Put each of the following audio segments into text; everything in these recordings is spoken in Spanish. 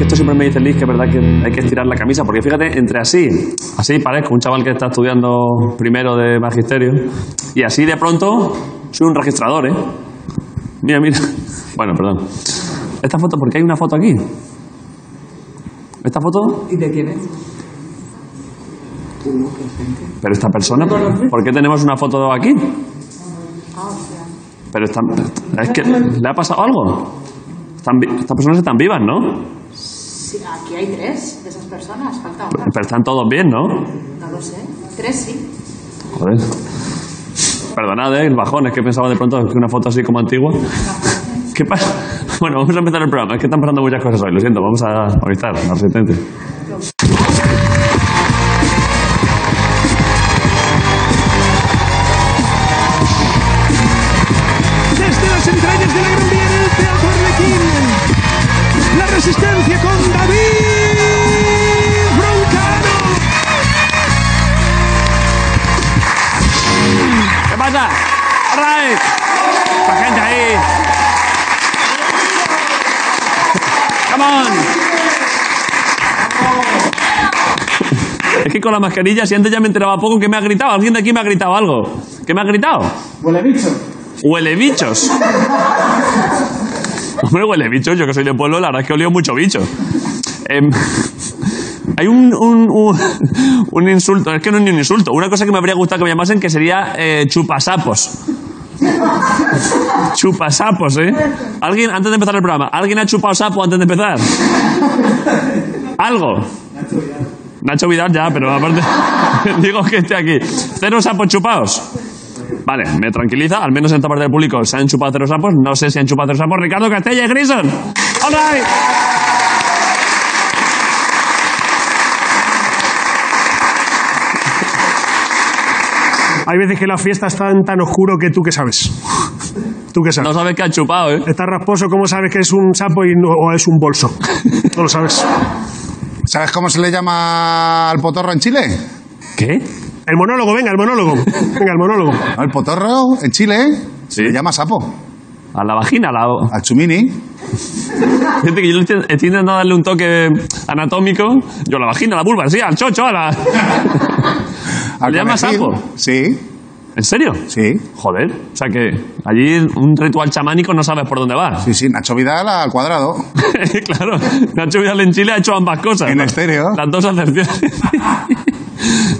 esto siempre me dice Liz que es verdad que hay que estirar la camisa, porque fíjate, entre así, así parezco un chaval que está estudiando primero de magisterio, y así de pronto soy un registrador, ¿eh? Mira, mira. Bueno, perdón. Esta foto, ¿por qué hay una foto aquí? Esta foto, ¿Y de quién es? pero esta persona, ¿por qué tenemos una foto aquí? Pero esta, es que le ha pasado algo. Están vi- estas personas están vivas, ¿no? Sí, aquí hay tres de esas personas, falta una. Pero están todos bien, ¿no? No lo sé. Tres sí. Joder. Perdonad, ¿eh? El bajón, es que pensaba de pronto que una foto así como antigua. ¿Qué pasa? Bueno, vamos a empezar el programa. Es que están pasando muchas cosas hoy, lo siento. Vamos a avisar a los asistentes. desde las entrañas de la Gran Vía del Teatro Arlequín. La resistencia con David Broncano. ¿Qué pasa? ¡Alright! ¡La gente ahí! ¡Come on! Es que con la mascarilla, si antes ya me enteraba poco que me ha gritado, alguien de aquí me ha gritado algo. ¿Qué me ha gritado? Huele bicho. Huele bichos. Hombre, huele bicho, yo que soy de pueblo, la verdad es que olío mucho bicho. Em, hay un, un, un- un insulto, es que no es ni un insulto, una cosa que me habría gustado que me llamasen que sería eh, chupasapos. Chupasapos, ¿eh? ¿Alguien, antes de empezar el programa, ¿alguien ha chupado sapo antes de empezar? ¿Algo? Nacho Vidal ya, pero aparte digo que esté aquí. Cero sapos chupados. Vale, me tranquiliza, al menos en esta parte del público se han chupado cero sapos, no sé si han chupado cero sapos. Ricardo Castella y Grison. All right. Hay veces que las fiestas están tan oscuro que tú qué sabes. ¿Tú qué No sabes? sabes que han chupado, ¿eh? Estás rasposo, ¿cómo sabes que es un sapo y no, o es un bolso? No lo sabes. ¿Sabes cómo se le llama al potorro en Chile? ¿Qué? El monólogo, venga, el monólogo. Venga, el monólogo. Al potorro en Chile ¿eh? Sí. se le llama sapo. A la vagina, a la, Al chumini. Fíjate que yo le estoy estoy intentando darle un toque anatómico. Yo a la vagina, a la vulva, sí, al chocho, a la... Al ¿Le llama conejil. sapo? Sí, ¿En serio? sí. Joder. O sea que allí un ritual chamánico no sabes por dónde va. Sí, sí, Nacho Vidal al cuadrado. claro. Nacho Vidal en Chile ha hecho ambas cosas. En ¿no? estéreo. Las dos acepciones.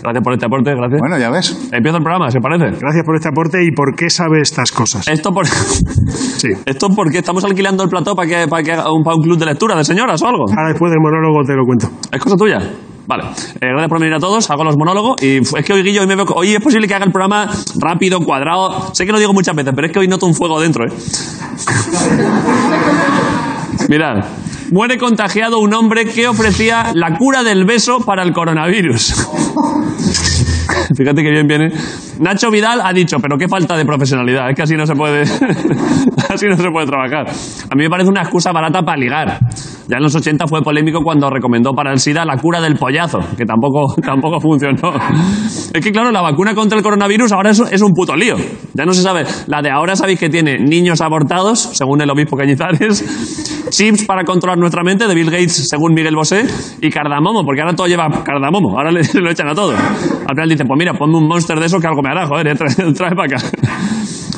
gracias por este aporte, gracias. Bueno, ya ves. Empieza el programa, ¿se parece? Gracias por este aporte y por qué sabe estas cosas. Esto por... Sí. Esto porque estamos alquilando el plató para que, para que haga un, para un club de lectura de señoras o algo. Ahora después del monólogo te lo cuento. Es cosa tuya. Vale. Eh, gracias por venir a todos. Hago los monólogos. Y f- es que hoy, Guillo, hoy, me veo co- hoy es posible que haga el programa rápido, cuadrado. Sé que lo digo muchas veces, pero es que hoy noto un fuego dentro, ¿eh? Mirad. Muere contagiado un hombre que ofrecía la cura del beso para el coronavirus. Fíjate que bien viene. Nacho Vidal ha dicho, pero qué falta de profesionalidad. Es que así no se puede, así no se puede trabajar. A mí me parece una excusa barata para ligar. Ya en los 80 fue polémico cuando recomendó para el SIDA la cura del pollazo, que tampoco, tampoco funcionó. Es que claro, la vacuna contra el coronavirus ahora es, es un puto lío. Ya no se sabe. La de ahora sabéis que tiene niños abortados, según el obispo Cañizares, chips para controlar nuestra mente de Bill Gates, según Miguel Bosé, y cardamomo, porque ahora todo lleva cardamomo. Ahora le, lo echan a todo. Al final dicen, pues mira, ponme un monster de eso que algo me hará, joder, eh, trae, trae para acá.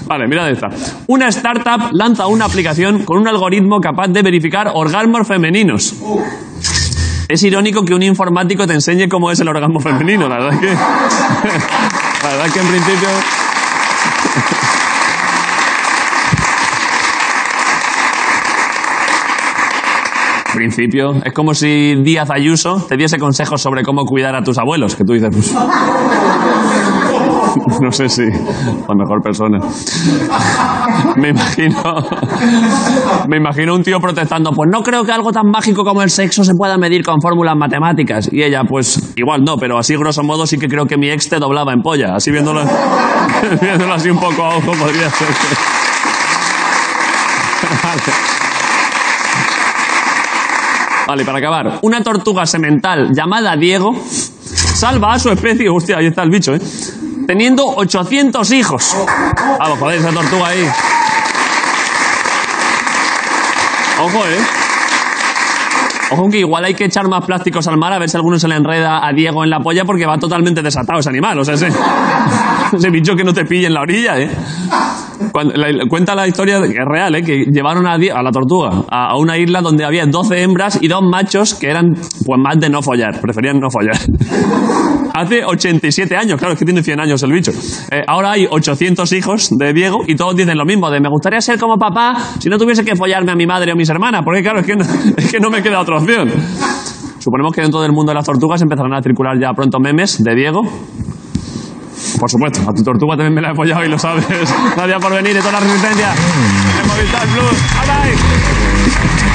Vale, mirad esta. Una startup lanza una aplicación con un algoritmo capaz de verificar orgasmos femeninos. Es irónico que un informático te enseñe cómo es el orgasmo femenino, la verdad es que. La verdad es que en principio. Principio. Es como si Díaz Ayuso te diese consejos sobre cómo cuidar a tus abuelos, que tú dices, pues, no sé si la mejor persona. Me imagino, me imagino un tío protestando, pues no creo que algo tan mágico como el sexo se pueda medir con fórmulas matemáticas. Y ella, pues igual no, pero así grosso modo sí que creo que mi ex te doblaba en polla. Así viéndolo, viéndolo así un poco a ojo podría ser. que- Vale. Vale, y para acabar, una tortuga semental llamada Diego salva a su especie. Hostia, ahí está el bicho, ¿eh? Teniendo 800 hijos. Vamos, joder, esa tortuga ahí. Ojo, ¿eh? Ojo que igual hay que echar más plásticos al mar a ver si alguno se le enreda a Diego en la polla porque va totalmente desatado ese animal. O sea, ese, ese bicho que no te pille en la orilla, ¿eh? Cuando- la- cuenta la historia, que es real, ¿eh? que llevaron a, Die- a la tortuga a, a una isla donde había 12 hembras y dos machos que eran pues más de no follar, preferían no follar. Hace 87 años, claro, es que tiene 100 años el bicho. Eh, ahora hay 800 hijos de Diego y todos dicen lo mismo, de me gustaría ser como papá si no tuviese que follarme a mi madre o mis hermanas, porque claro, es que no, es que no me queda otra opción. Suponemos que dentro del mundo de las tortugas empezarán a circular ya pronto memes de Diego. Por supuesto, a tu tortuga también me la he apoyado y lo sabes. Gracias por venir y toda la resistencia. En Movistar Plus. Bye, bye.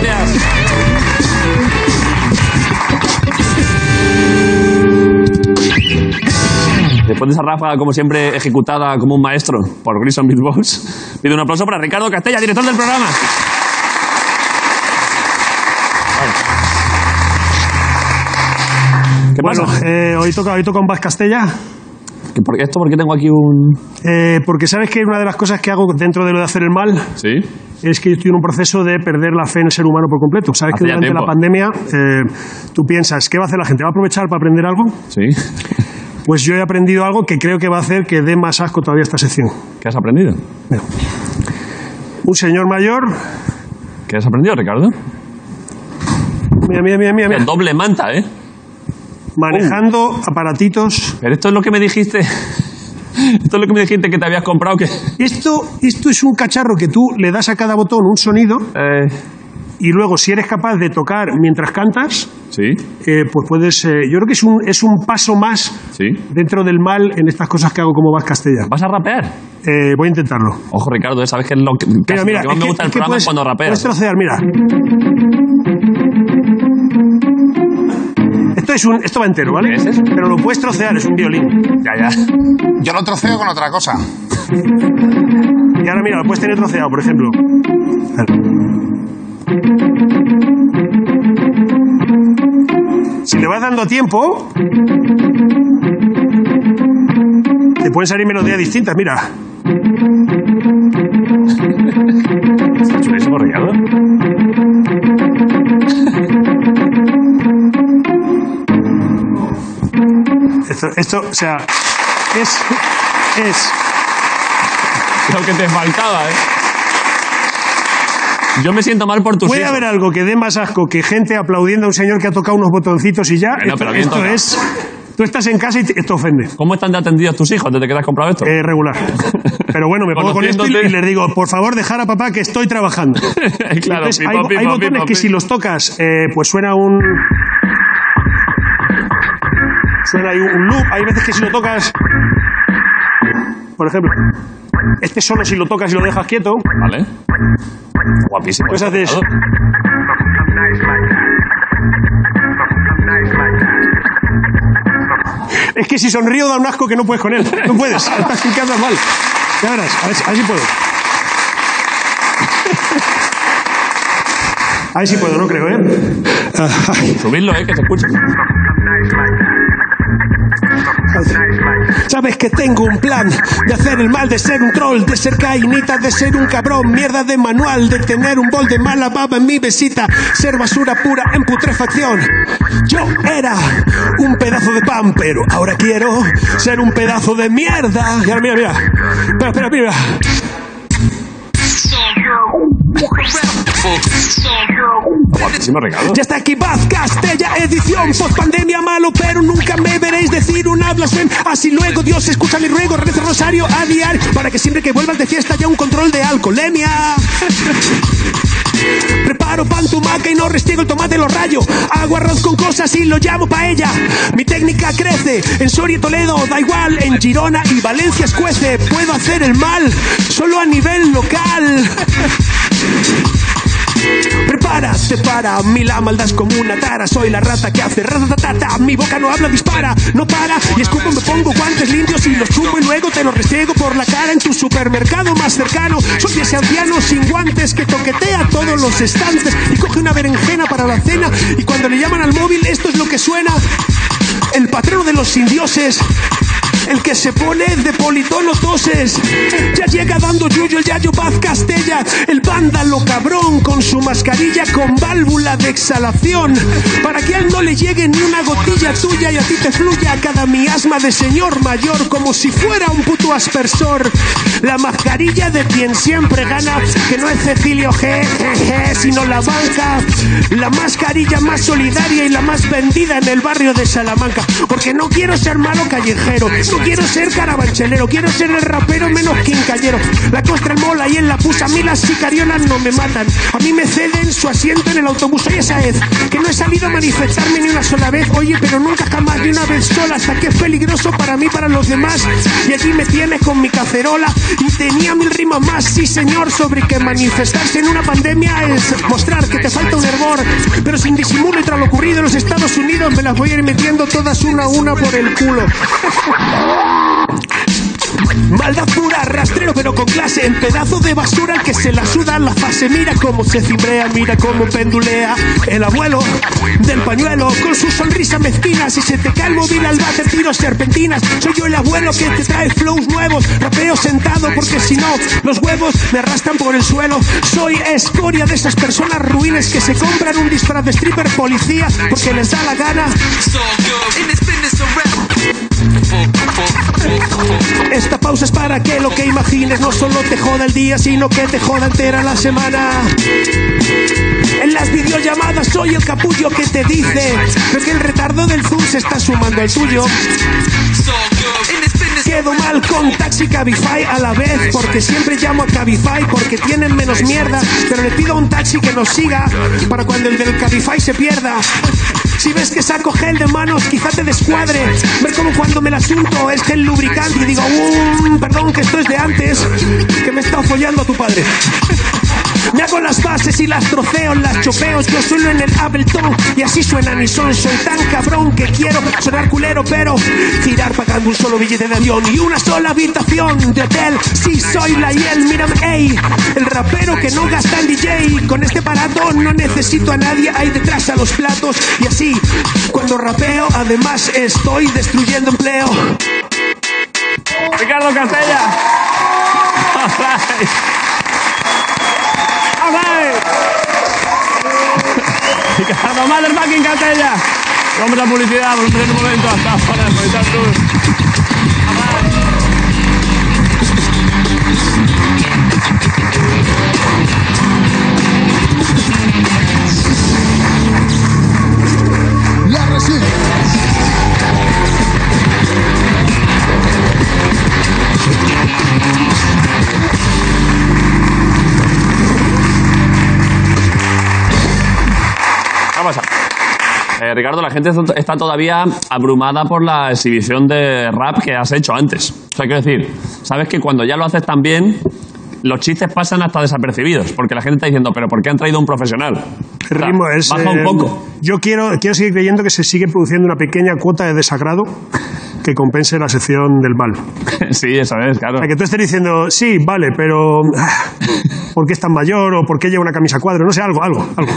Gracias. Después de esa ráfaga, como siempre, ejecutada como un maestro por Grison Beatbox, pido un aplauso para Ricardo Castella, director del programa. ¿Qué Bueno, pasa? eh, hoy toca hoy toca un Vaz Castella. ¿Que por- ¿Esto por qué tengo aquí un...? eh, porque sabes que una de las cosas que hago dentro de lo de hacer el mal ¿Sí? es que yo estoy en un proceso de perder la fe en el ser humano por completo. Sabes que Hace ya durante la tiempo. pandemia eh, tú piensas, ¿qué va a hacer la gente? ¿Va a aprovechar para aprender algo? ¿Sí? Pues yo he aprendido algo que creo que va a hacer que dé más asco todavía esta sección. ¿Qué has aprendido? Un señor mayor. ¿Qué has aprendido, Ricardo? Mira, mira, mira, mira. mira, El doble manta, ¿eh? manejando aparatitos. Pero esto es lo que me dijiste. Esto es lo que me dijiste que te habías comprado. Que, Esto, esto es un cacharro que tú le das a cada botón un sonido eh, y luego si eres capaz de tocar mientras cantas, sí, eh, pues puedes... eh, yo creo que es un, es un paso más sí. dentro del mal en estas cosas que hago como Vaz Castella. ¿Vas a rapear? Eh, voy a intentarlo. Ojo, Ricardo, ¿eh? sabes que es lo que, Mira, casi mira, lo que más es me que- gusta del es que programa puedes- es cuando Puedes rapeas. trocear, mira. Esto, es un, esto va entero, ¿vale? ¿Ese es? Pero lo puedes trocear, es un violín. Ya, ya. Yo lo troceo con otra cosa. Y ahora mira, lo puedes tener troceado, por ejemplo. Claro. Si le vas dando tiempo, te pueden salir melodías distintas, mira. Está chulísimo, Ricardo. Esto, esto o sea, es, es Lo que te faltaba, ¿eh? Yo me siento mal por tus Puede hijos. haber algo que dé más asco que gente aplaudiendo a un señor que ha tocado unos botoncitos y ya. Bueno, esto pero ¿quién esto toca? es. Tú estás en casa y te- esto ofende. ¿Cómo están de atendidos tus hijos desde que te has comprado esto? Eh, regular. Pero bueno, me pongo con esto y, Conociéndote. y les digo, por favor, dejar a papá que estoy trabajando. claro, Entonces, pipo, hay, hay pipo, botones pipo, que pipo. si los tocas, eh, pues suena un. Suena ahí un loop. Hay veces que si lo tocas. Por ejemplo, este solo si lo tocas y lo dejas quieto. Vale. Guapísimo. Pues haces- Ricardo. Es que si sonrío da un asco que no puedes con él. No puedes. Estás en casa mal. Ya verás. A ver, si- a ver si puedo. A ver si puedo, no creo, ¿eh? Subidlo, ¿eh? Que se escuche. Sabes que tengo un plan de hacer el mal, de ser un troll, de ser cainita, de ser un cabrón, mierda de manual, de tener un bol de mala baba en mi besita, ser basura pura en putrefacción. Yo era un pedazo de pan, pero ahora quiero ser un pedazo de mierda. Y ahora mira, mira. Espera, espera, mira. Guapísimo, Ricardo. Ya está aquí Vaz Castella, edición post pandemia malo, pero nunca me veréis decir una blasfemia. Así luego, Dios, escucha mi ruego, reza el rosario a diario, para que siempre que vuelvas de fiesta haya un control de alcoholemia. Preparo pan tumaca y no restiego el tomate, lo rayo. Hago arroz con cosas y lo llamo paella. Mi técnica crece en Soria y Toledo, da igual. En Girona y Valencia escuece. Puedo hacer el mal solo a nivel local. Prepárate para mí la maldad es como una tara Soy la rata que hace ratatata Mi boca no habla, dispara, no para Y escupo, me pongo guantes limpios y los chupo Y luego te los restriego por la cara en tu supermercado más cercano Soy ese anciano sin guantes que toquetea todos los estantes Y coge una berenjena para la cena Y cuando le llaman al móvil esto es lo que suena El patrono de los sin dioses el que se pone de politonos toses. Ya llega dando yuyo el Yayo Paz Castella, el vándalo cabrón con su mascarilla con válvula de exhalación. Para que a él no le llegue ni una gotilla tuya y a ti te fluya cada miasma de señor mayor como si fuera un puto aspersor. La mascarilla de quien siempre gana, que no es Cecilio G, jeje, sino la banca. La mascarilla más solidaria y la más vendida en el barrio de Salamanca. Porque no quiero ser malo callejero, no quiero ser carabanchelero, quiero ser el rapero menos quincallero. La costra el mola y en la pusa, a mí las sicarionas no me matan. A mí me ceden su asiento en el autobús. Oye, Saez, que no he sabido manifestarme ni una sola vez. Oye, pero nunca jamás ni una vez sola. Hasta que es peligroso para mí, para los demás. Y aquí me tienes con mi cacerola. Y tenía mil rimas más, sí señor, sobre que manifestarse en una pandemia es mostrar que te falta un hervor. Pero sin disimulo y tras lo ocurrido en los Estados Unidos, me las voy a ir metiendo todas una a una por el culo. Maldad pura, rastrero pero con clase, en pedazo de basura al que se la suda la fase. Mira cómo se cimbrea, mira cómo pendulea el abuelo del pañuelo con su sonrisa mezquina. Si se te cae el móvil al bate, tiros serpentinas. Soy yo el abuelo que te trae flows nuevos, rapeo sentado porque si no, los huevos me arrastran por el suelo. Soy escoria de esas personas ruines que se compran un disfraz de stripper policía porque les da la gana. It's all good in this business around. Esta pausa es para que lo que imagines no solo te joda el día, sino que te joda entera la semana. En las videollamadas soy el capullo que te dice pero que el retardo del Zoom se está sumando al tuyo. It's all good in this business Quedo mal con Taxi y Cabify a la vez porque siempre llamo a Cabify porque tienen menos mierda, pero le pido a un taxi que nos siga para cuando el del Cabify se pierda. Si ves que saco gel de manos, quizá te descuadre. Ver como cuando me la asunto es gel lubricante y digo, "Um, perdón, que esto es de antes, que me he estado follando a tu padre. Me hago las bases y las troceo, las chopeo. Yo suelo en el Ableton y así suena mi son. Soy tan cabrón que quiero sonar culero, pero girar pagando un solo billete de avión y una sola habitación de hotel. Sí, soy la Yel, mírame, ey, el rapero que no gasta en DJ. Con este parado no necesito a nadie ahí detrás a los platos. Y así, cuando rapeo, además estoy destruyendo empleo. Ricardo Castella. All right. All right. Ricardo Motherfucking Castella. Vamos a publicidad por un breve momento hasta ahora. por estar tú. All right. La resistencia. Vamos a Eh, Ricardo, la gente está- está todavía abrumada por la exhibición de rap que has hecho antes. O sea, quiero decir, sabes que cuando ya lo haces tan bien, los chistes pasan hasta desapercibidos, porque la gente está diciendo, pero ¿por qué han traído un profesional? O sea, ritmo es. Baja un eh, poco. Yo quiero, quiero seguir creyendo que se sigue produciendo una pequeña cuota de desagrado que compense la sección del mal. O sí, eso es, claro. sea, que tú estés diciendo, sí, vale, pero. ah, ¿Por qué es tan mayor? ¿O por qué lleva una camisa cuadro? No sé, algo, algo, algo.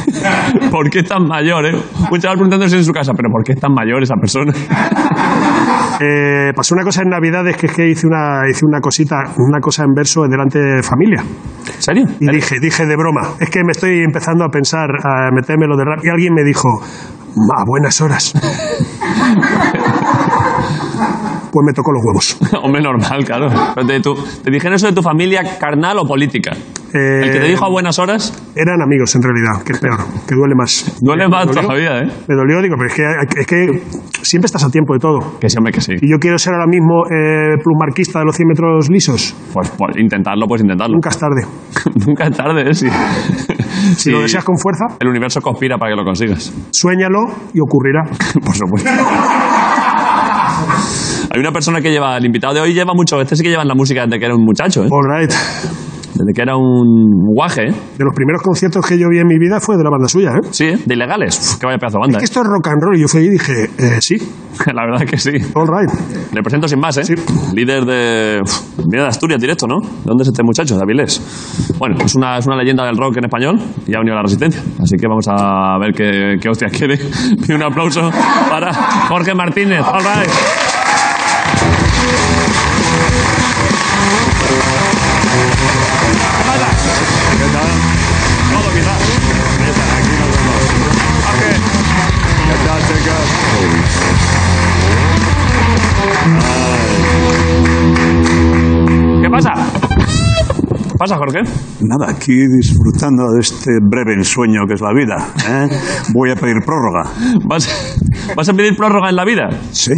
¿Por qué es tan mayor, eh? Un chaval preguntándose en su casa, pero ¿por qué es tan mayor esa persona? Eh, pasó una cosa en Navidades que es que hice una, hice una cosita, una cosa en verso delante de familia. ¿En serio? Y dije, dije de broma, es que me estoy empezando a pensar a meterme lo de rap. Y alguien me dijo, a buenas horas. pues me tocó los huevos. Hombre, normal, claro. Pero te, tú- ¿Te dijeron eso de tu familia carnal o política? Eh, El que te dijo a buenas horas, Eran amigos en realidad, que es peor, que duele más. duele Me más dolió- todavía, ¿eh? Me dolió, digo, pero es que, es que siempre estás a tiempo de todo. Que sí, hombre, que sí. Y yo quiero ser ahora mismo eh, plusmarquista de los 100 metros lisos. Pues, pues, intentarlo, pues intentarlo. Nunca es tarde. Nunca es tarde, ¿eh? Sí. Si lo deseas con fuerza, El universo conspira para que lo consigas. suéñalo y ocurrirá. Por supuesto. Hay una persona que lleva, el invitado de hoy lleva mucho, este sí que lleva en la música desde que era un muchacho, ¿eh? All right. Desde que era un guaje, ¿eh? De los primeros conciertos que yo vi en mi vida fue de la banda suya, ¿eh? Sí, ¿eh? de ilegales. Uf, qué vaya pedazo de banda, Es que esto es rock and roll. Y yo fui ahí y dije, eh, sí, ¿eh? La verdad que sí. all right. Le presento sin más, ¿eh? Líder de. uf, Viene de Asturias directo, ¿no? ¿De dónde es este muchacho? De Avilés. Bueno, es una, es una leyenda del rock en español y ha unido a la resistencia. Así que vamos a ver qué, qué hostias quiere. Y un aplauso para Jorge Martínez. All right. ¿Qué tal? Todo quizás. Están aquí nos vemos. Ángel. ¿Qué tal, chicas? Ay. ¿Qué pasa? ¿Qué pasa, Jorge? Nada, aquí disfrutando de este breve ensueño que es la vida. ¿eh? Voy a pedir prórroga. ¿Vas, vas a pedir prórroga en la vida? Sí.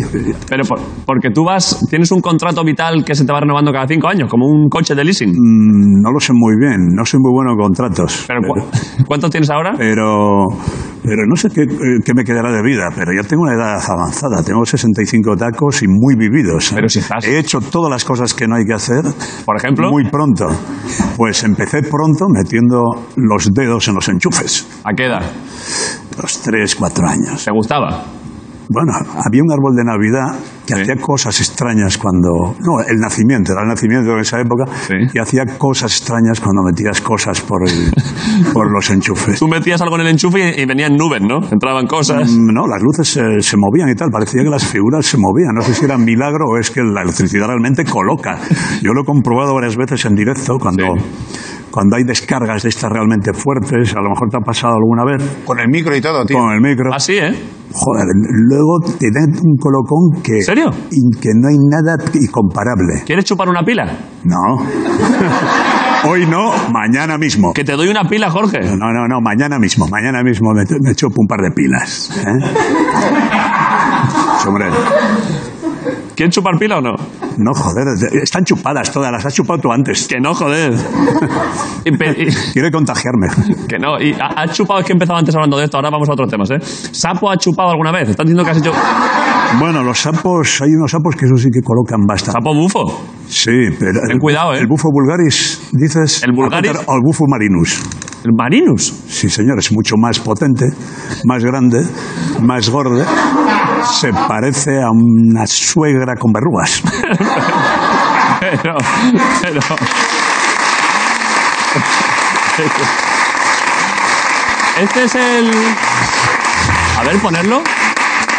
Pero por- porque tú vas, tienes un contrato vital que se te va renovando cada cinco años, como un coche de leasing. Mm, No lo sé muy bien, no soy muy bueno en contratos. Pero, ¿cu- ¿Cuántos tienes ahora? Eh. pero, pero no sé qué, eh, qué me quedará de vida, pero ya tengo una edad avanzada, tengo 65 tacos y muy vividos. ¿eh? Pero si estás- He hecho todas las cosas que no hay que hacer. Por ejemplo. Muy pronto. Pues empecé pronto metiendo los dedos en los enchufes, ¿A qué edad? los 3, 4 años. ¿Te gustaba? Bueno, había un árbol de Navidad que hacía cosas extrañas cuando... No, el nacimiento, era el nacimiento en esa época, Sí. y hacía cosas extrañas cuando metías cosas por, el- por los enchufes. Tú metías algo en el enchufe y, y venían nubes, ¿no? Entraban cosas. Mm, No, las luces eh, se movían y tal. Parecía que las figuras se movían. No sé si era milagro o es que la electricidad realmente coloca. Yo lo he comprobado varias veces en directo cuando, cuando hay descargas de estas realmente fuertes. A lo mejor te ha pasado alguna vez Con el micro y todo, tío. con el micro. Así, ¿eh? Joder, luego te dan un colocón que, ¿En serio? y que no hay nada incomparable. ¿Quieres chupar una pila? No. Hoy no, mañana mismo. Que te doy una pila, Jorge. No, no, no, mañana mismo, mañana mismo me, me chupo un par de pilas. ¿eh? Hombre, ¿Quieres chupar pila o no? no joder, están chupadas todas, las has chupado tú antes. Que no, joder. Y pe- y- Quiere contagiarme. que no. Y ha- has chupado, es que empezaba antes hablando de esto, ahora vamos a otros temas, ¿eh? ¿Sapo ha chupado alguna vez? Estás diciendo que has hecho. Bueno, los sapos, hay unos sapos que eso sí que colocan bastante. ¿Sapo bufo? Sí, pero. Ten cuidado, ¿eh? El bufo vulgaris, dices. El vulgaris- O el bufo marinus. ¿El marinus? Sí, señor, es mucho más potente, más grande, más gordo. Se parece a una suegra con verrugas. Pero. pero... Este es el. A ver, ponerlo.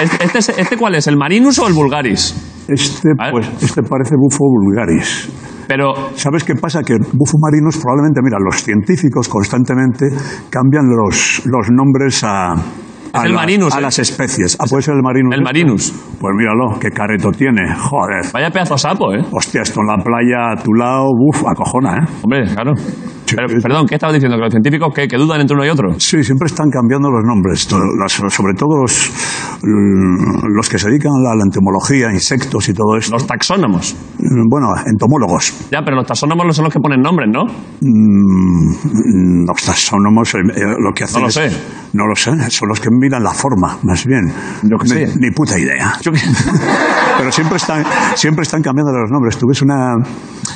Este, este, es- este cuál es? ¿El Marinus o el Vulgaris? Este, A ver. pues, este parece bufo vulgaris. Pero ¿Sabes qué pasa? Que bufo marinos probablemente, mira, los científicos constantemente cambian los, los nombres a, a, el las- marinus, a ¿eh? las especies. Ah, puede ser el marinus. el Marinus. Pues míralo, qué careto tiene. Joder. Vaya pedazo de sapo, ¿eh? Hostia, esto en la playa a tu lado, buf, acojona, ¿eh? Hombre, claro. Sí, Pero, es- perdón, ¿qué estabas diciendo? ¿Que los científicos qué? que dudan entre uno y otro? Sí, siempre están cambiando los nombres, to- las- sobre todo los, los que se dedican a la entomología, insectos y todo esto. Los taxónomos. Bueno, entomólogos. Ya, pero los taxónomos son los que ponen nombres, ¿no? Mm, los taxónomos eh, eh, lo que hacen No lo es- sé. no lo sé son los que miran la forma más bien Yo qué Ni- sé. ni puta idea Yo que- pero siempre están siempre están cambiando los nombres tú ves una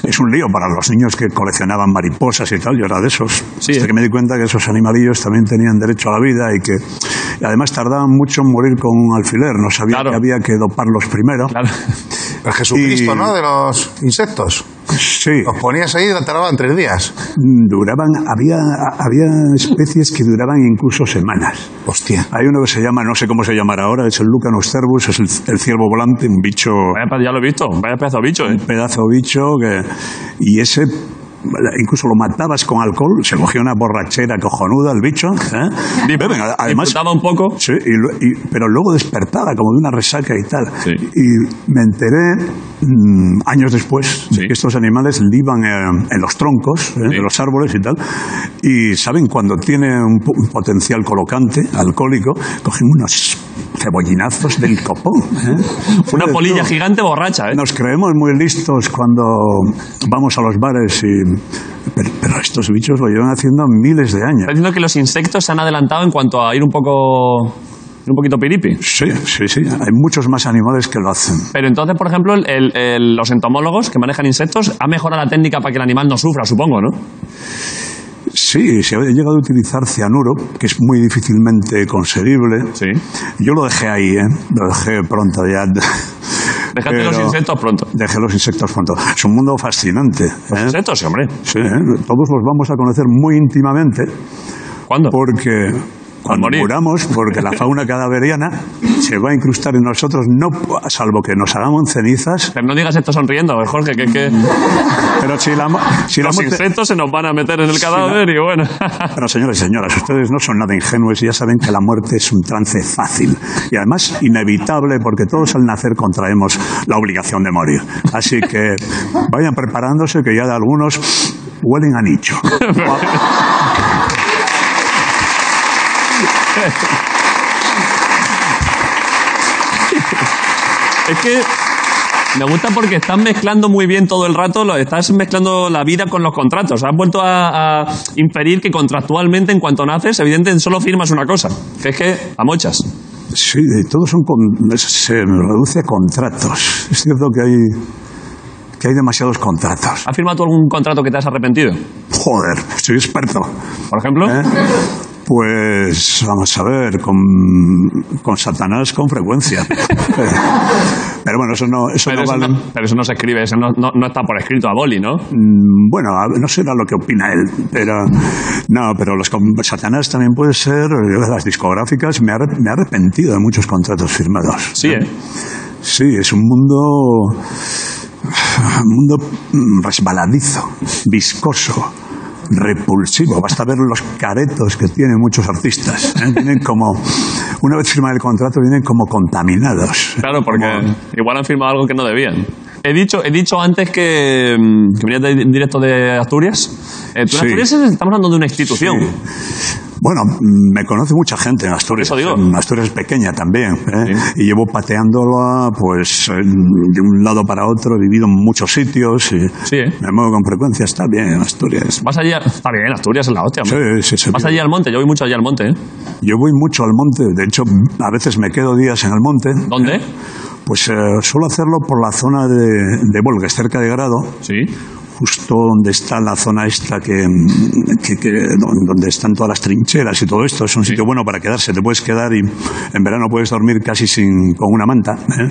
es un lío para los niños que coleccionaban mariposas y tal yo era de esos Sí, hasta eh. que me di cuenta que esos animalillos también tenían derecho a la vida y que y además tardaban mucho en morir con un alfiler no sabía Claro. que había que doparlos primero Claro. El Jesucristo, Y- ¿no? De los insectos. sí Los ponías ahí y tardaban tres días. duraban había había especies que duraban incluso semanas Hostia. Hay uno que se llama, no sé cómo se llamará ahora, es el Lucanus cervus, es el, el ciervo volante, un bicho, Vaya pe- ya lo he visto. Vaya pedazo de bicho, ¿eh? un pedazo de bicho, que, y ese incluso lo matabas con alcohol, se cogía una borrachera cojonuda el bicho, ¿eh? Beben, a- además... Disfrutaba un poco. Sí, y lo- y- pero luego despertaba como de una resaca y tal. Sí. Y me enteré mm, años después Sí. de que estos animales liban eh, en los troncos eh, Sí. de los árboles y tal. Y saben cuando tiene un, po- un potencial colocante alcohólico, cogen unos cebollinazos del copón. ¿eh? Una Oye, polilla tú, gigante borracha, ¿eh? Nos creemos muy listos cuando vamos a los bares y... Pero, pero estos bichos lo llevan haciendo miles de años. Está diciendo que los insectos se han adelantado en cuanto a ir un poco. un poquito piripi. Sí, sí, sí. Hay muchos más animales que lo hacen. Pero entonces, por ejemplo, el- el- el- los entomólogos que manejan insectos han mejorado la técnica para que el animal no sufra, supongo, ¿no? Sí, se ha llegado a utilizar cianuro, que es muy difícilmente conseguible. Sí. Yo lo dejé ahí, ¿eh? Lo dejé pronto ya. Dejate los Pero- insectos pronto. Dejé los insectos pronto. Es un mundo fascinante. ¿eh? Insectos, sí, hombre. Sí, ¿eh? todos los vamos a conocer muy íntimamente ¿Cuándo? porque cuando morir. muramos, porque la fauna cadaveriana, sí, se va a incrustar en nosotros, no, salvo que nos hagamos cenizas. Pero no digas esto sonriendo, Jorge, que, que Pero si la, mo- si la los muerte- insectos se nos van a meter en el cadáver y bueno. Bueno, señores y señoras, ustedes no son nada ingenuos y ya saben que la muerte es un trance fácil y además inevitable porque todos al nacer contraemos la obligación de morir. Así que vayan preparándose que ya de algunos huelen a nicho. Es que me gusta porque estás mezclando muy bien todo el rato, lo- estás mezclando la vida con los contratos. Has vuelto a, a inferir que contractualmente, en cuanto naces, evidentemente solo firmas una cosa, que es que a mochas. Sí, todos son con- se reduce a contratos. Es cierto que hay que hay demasiados contratos. ¿Has firmado tú algún contrato que te has arrepentido? Joder, soy experto. Por ejemplo, ¿eh? Pues vamos a ver, con, con Satanás con frecuencia. Pero bueno, eso no, eso pero, no eso vale. no, pero eso no se escribe, eso no, no- no está por escrito a boli, ¿no? Mm, Bueno, a- no será lo que opina él, pero no, pero los con- Satanás también puede ser yo de las discográficas. Me, arre- me he arrepentido de muchos contratos firmados. Sí, ¿eh? Sí, es un mundo, un mundo mm, resbaladizo, viscoso, repulsivo. Basta ver los caretos que tienen muchos artistas. ¿eh? Vienen como, una vez firmado el contrato, vienen como contaminados. Claro, porque Como- igual han firmado algo que no debían. He dicho, he dicho antes que, mm, que venías de- directo de Asturias. Eh, tú en Sí. Asturias estamos hablando de una institución. Bueno, mm, me conoce mucha gente en Asturias. Eso digo. En Asturias es pequeña también. ¿eh? Y llevo pateándola pues, en- de un lado para otro. He vivido en muchos sitios. Y Sí, ¿eh? Me muevo con frecuencia. Está bien en Asturias. Vas allí, a- está bien, Asturias es la hostia. Sí, hombre. sí, sí. Vas allí al monte, yo voy mucho allí al monte. ¿eh? Yo voy mucho al monte. De hecho, a veces me quedo días en el monte. ¿Dónde? Pues eh, suelo hacerlo por la zona de, de Volgues, cerca de Grado. Sí. justo donde está la zona esta que, que- que- donde están todas las trincheras y todo esto es un sitio bueno para quedarse te puedes quedar y en verano puedes dormir casi sin con una manta ¿eh?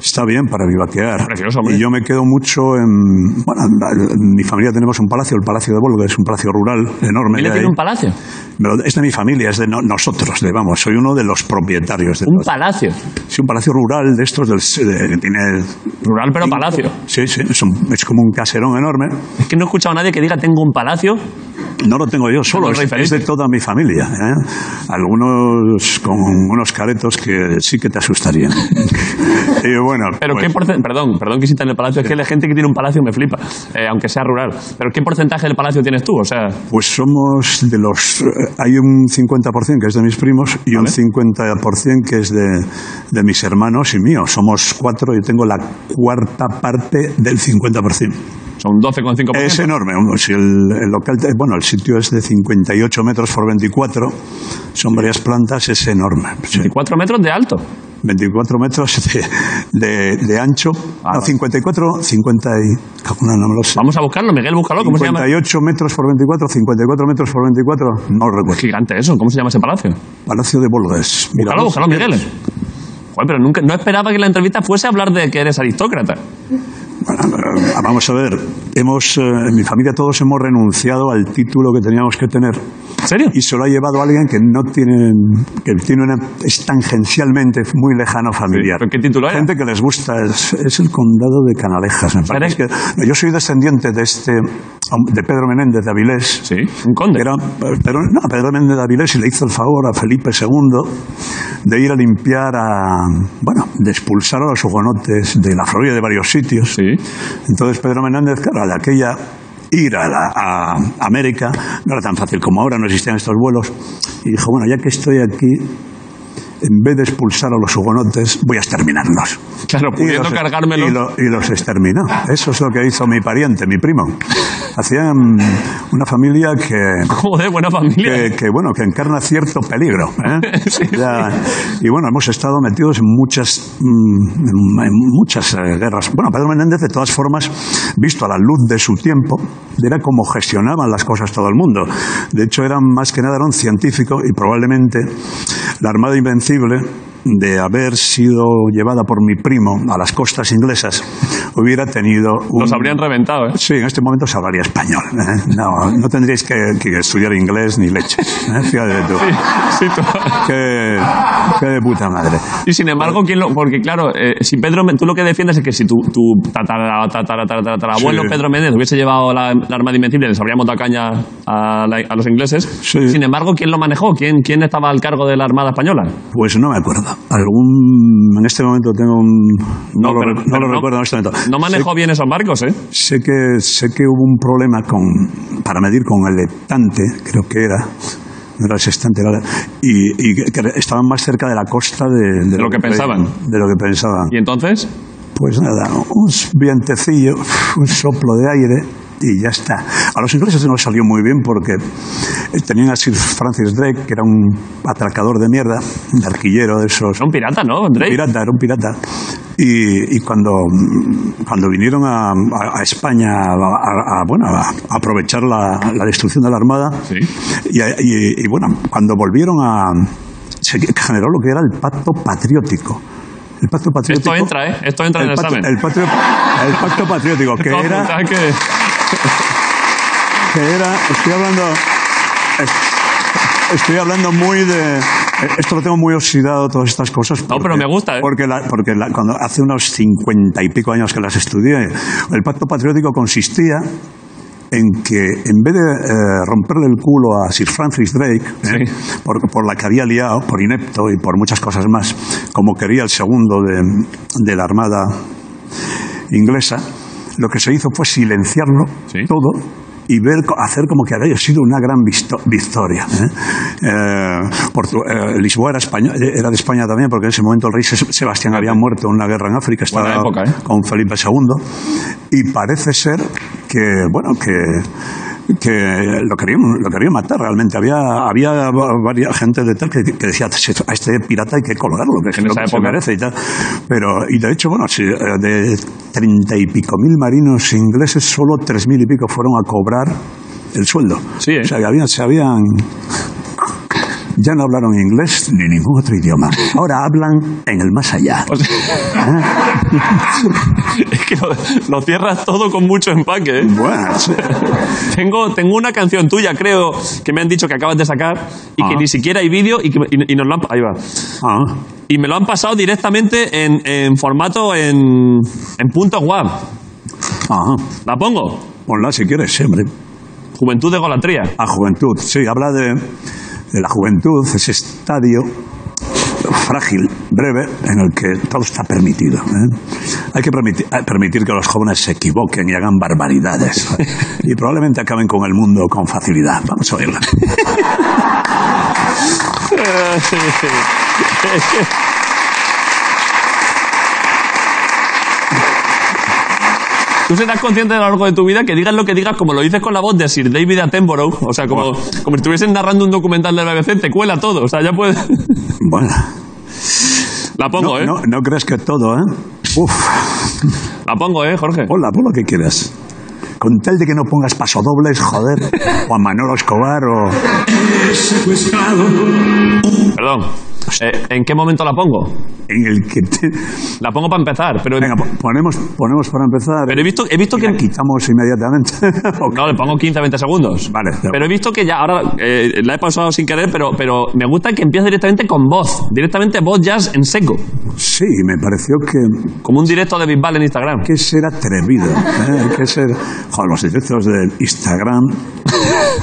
está bien para vivaquear Precioso, hombre. y yo me quedo mucho en bueno en mi familia tenemos un palacio el palacio de Volga es un palacio rural enorme Mira, que tiene hay. un palacio. Pero es de mi familia es de no- nosotros de, vamos soy uno de los propietarios de Un todo esto. palacio. Sí, un palacio rural de estos del, de- que tiene Rural, pero palacio. sí, sí, es, un- es como un caserón enorme Es que no he escuchado a nadie que diga tengo un palacio. No lo tengo yo solo, No, es, no hay es de toda mi familia. ¿eh? Algunos con unos caretos que sí que te asustarían. y bueno, Pero pues, qué porcentaje. Perdón, perdón que insista en el palacio. Es que la gente que tiene un palacio me flipa, eh, aunque sea rural. Pero ¿qué porcentaje del palacio tienes tú? O sea, pues somos de los... eh, Hay un 50% que es de mis primos y un 50% que es de, de mis hermanos y mío. Somos cuatro y tengo la cuarta parte del 50%. son 12,5%. Es enorme. Si el, el local, bueno, el sitio es de 58 metros por 24, son varias plantas, es enorme. Sí. 4 metros de alto. 24 metros de, de- de ancho. Ah, no, 54, 50 y... calcula, no me lo sé. Vamos a buscarlo, Miguel, búscalo. ¿Cómo se llama? 58 metros por 24, 54 metros por 24, no recuerdo. Gigante eso. ¿Cómo se llama ese palacio? Palacio de Volgues. Mira, Búscalo, búscalo, Miguel. Joder, pero nunca, no esperaba que la entrevista fuese a hablar de que eres aristócrata. bueno, eh, vamos a ver, hemos, eh, en mi familia todos hemos renunciado al título que teníamos que tener ¿En serio? y se lo ha llevado alguien que no tiene, que tiene una, es tangencialmente muy lejano familiar. ¿Pero qué título era? Gente que les gusta, es, es el condado de Canalejas, me parece. Pero- Es que- no, yo soy descendiente de este, hom- de Pedro Menéndez de Avilés. Sí, un conde. Era, pero, no, Pedro Menéndez de Avilés y le hizo el favor a Felipe II de ir a limpiar a, bueno, de expulsar a los hugonotes de la Florida de varios sitios. Sí. Entonces Pedro Menéndez, claro, de aquella ir a, la- a América no era tan fácil como ahora, no existían estos vuelos. Y dijo, bueno, ya que estoy aquí, en vez de expulsar a los hugonotes, voy a exterminarlos. Claro, pudiendo los- cargármelo. Y, lo- y los exterminó. Eso es lo que hizo mi pariente, mi primo. Hacían una familia que Joder, buena familia. que, que, bueno que encarna cierto peligro ¿eh? Ya. y bueno hemos estado metidos en muchas mm, en, en muchas eh, guerras bueno Pedro Menéndez de todas formas visto a la luz de su tiempo era como gestionaban las cosas todo el mundo de hecho era más que nada era un científico y probablemente la Armada Invencible de haber sido llevada por mi primo a las costas inglesas hubiera tenido un... Los habrían reventado, ¿eh? Sí, en este momento se hablaría español. ¿eh? No, no tendríais que, que estudiar inglés ni leche. ¿eh? Fíjate tú. Sí, tú- Qué, qué de puta madre. Y sin embargo, ¿quién lo, porque claro, eh, si Pedro, Me- tú lo que defiendes es que si tu, tu tatara, tatara, tatara, tatara, abuelo Sí. Pedro Méndez hubiese llevado la, la arma de invencible, les habría montado caña a, la- a los ingleses. Sí. Sin embargo, ¿quién lo manejó? ¿Quién, ¿Quién estaba al cargo de la Armada Española? Pues no me acuerdo. Algún... En este momento tengo un... No, lo, pero- no pero lo recuerdo en este momento. No manejó bien esos barcos, ¿eh? Sé que, sé que hubo un problema con, para medir con el leptante, creo que era. No era el sextante, era la- y, y que, que estaban más cerca de la costa de, de lo que pensaban. De lo que pensaban. Y entonces, Pues nada, un vientecillo, un soplo de aire y ya está. A los ingleses no les salió muy bien porque eh, tenían a Sir Francis Drake, que era un atracador de mierda, un arquillero de esos. era un pirata, ¿no, Drake? Pirata, era un pirata. Y, y cuando, cuando vinieron a, a- a España a, a- a, bueno, a aprovechar la, la destrucción de la Armada, Sí. y, y- y, bueno, cuando volvieron a... Se generó lo que era el pacto patriótico. El pacto patriótico... entra, ¿eh? Esto entra en el pacto- examen. El, patrio- el pacto patriótico, que Todo era apuntaba que- que era, estoy hablando, es- estoy hablando muy de, esto lo tengo muy oxidado, todas estas cosas. No, pero me gusta, ¿eh? Porque, la- porque la- cuando hace unos cincuenta y pico años que las estudié, el pacto patriótico consistía en que en vez de eh, romperle el culo a Sir Francis Drake, ¿eh? por, por la que había liado, por inepto y por muchas cosas más, como quería el segundo de, de la Armada inglesa, lo que se hizo fue silenciarlo Sí. todo y ver, co- hacer como que había sido una gran visto- victoria. ¿eh? Eh, Portu- eh, Lisboa era, español, era de España también, porque en ese momento el rey Ses- Sebastián había muerto en una guerra en África, estaba Buena época, ¿eh? con Felipe II, y parece ser que, bueno, que, que lo, querían, lo querían matar realmente. Había, había varias gente de tal que, que decía, a este pirata hay que colgarlo, que es En lo esa que se época. merece y tal. Pero, y de hecho, bueno, si, eh, de treinta y pico mil marinos ingleses, solo tres mil y pico fueron a cobrar el sueldo. Sí, ¿eh? O sea, que habían, se habían... Ya no hablaron inglés ni ningún otro idioma. Ahora hablan en el más allá. o sea- es que lo, lo cierras todo con mucho empaque, ¿eh? Bueno, sí. Tengo, tengo una canción tuya, creo, que me han dicho que acabas de sacar y que Ah. ni siquiera hay vídeo y, que- y- y nos lo han... Ahí va. Ah, Y me lo han pasado directamente en, en formato en, en punto web. ah. La pongo. Ponla si quieres, sí, hombre. Juventud de Golatría. A juventud, sí, habla de, de la juventud, ese estadio frágil, breve, en el que todo está permitido. ¿eh? Hay que permiti- eh, permitir que los jóvenes se equivoquen y hagan barbaridades. ¿eh? Y probablemente acaben con el mundo con facilidad. Vamos a oírla. Tú serás consciente a lo largo de tu vida que digas lo que digas, como lo dices con la voz de Sir David Attenborough, o sea, como, como si estuviesen narrando un documental de la BBC, te cuela todo, o sea, ya puedes... Bueno, La pongo, no, ¿eh? no, no crees que todo, ¿eh? Uf, La pongo, ¿eh, Jorge? hola, pon lo que quieras. Con tal de que no pongas pasodobles, joder, o a Manolo Escobar o... Perdón. Eh, ¿En qué momento la pongo? En el que te... La pongo para empezar, pero... Venga, po- ponemos, ponemos para empezar. Pero he visto, he visto Y la que... quitamos inmediatamente. Ok. No, le pongo 15 20 segundos. Vale, de Pero he visto que ya, ahora eh, la he pasado sin querer, pero, pero me gusta que empiece directamente con voz. Directamente voz jazz en seco. Sí, me pareció que, Como un directo de Bisbal en Instagram. que ser atrevido. ¿eh? Hay que ser. Joder, los directos de Instagram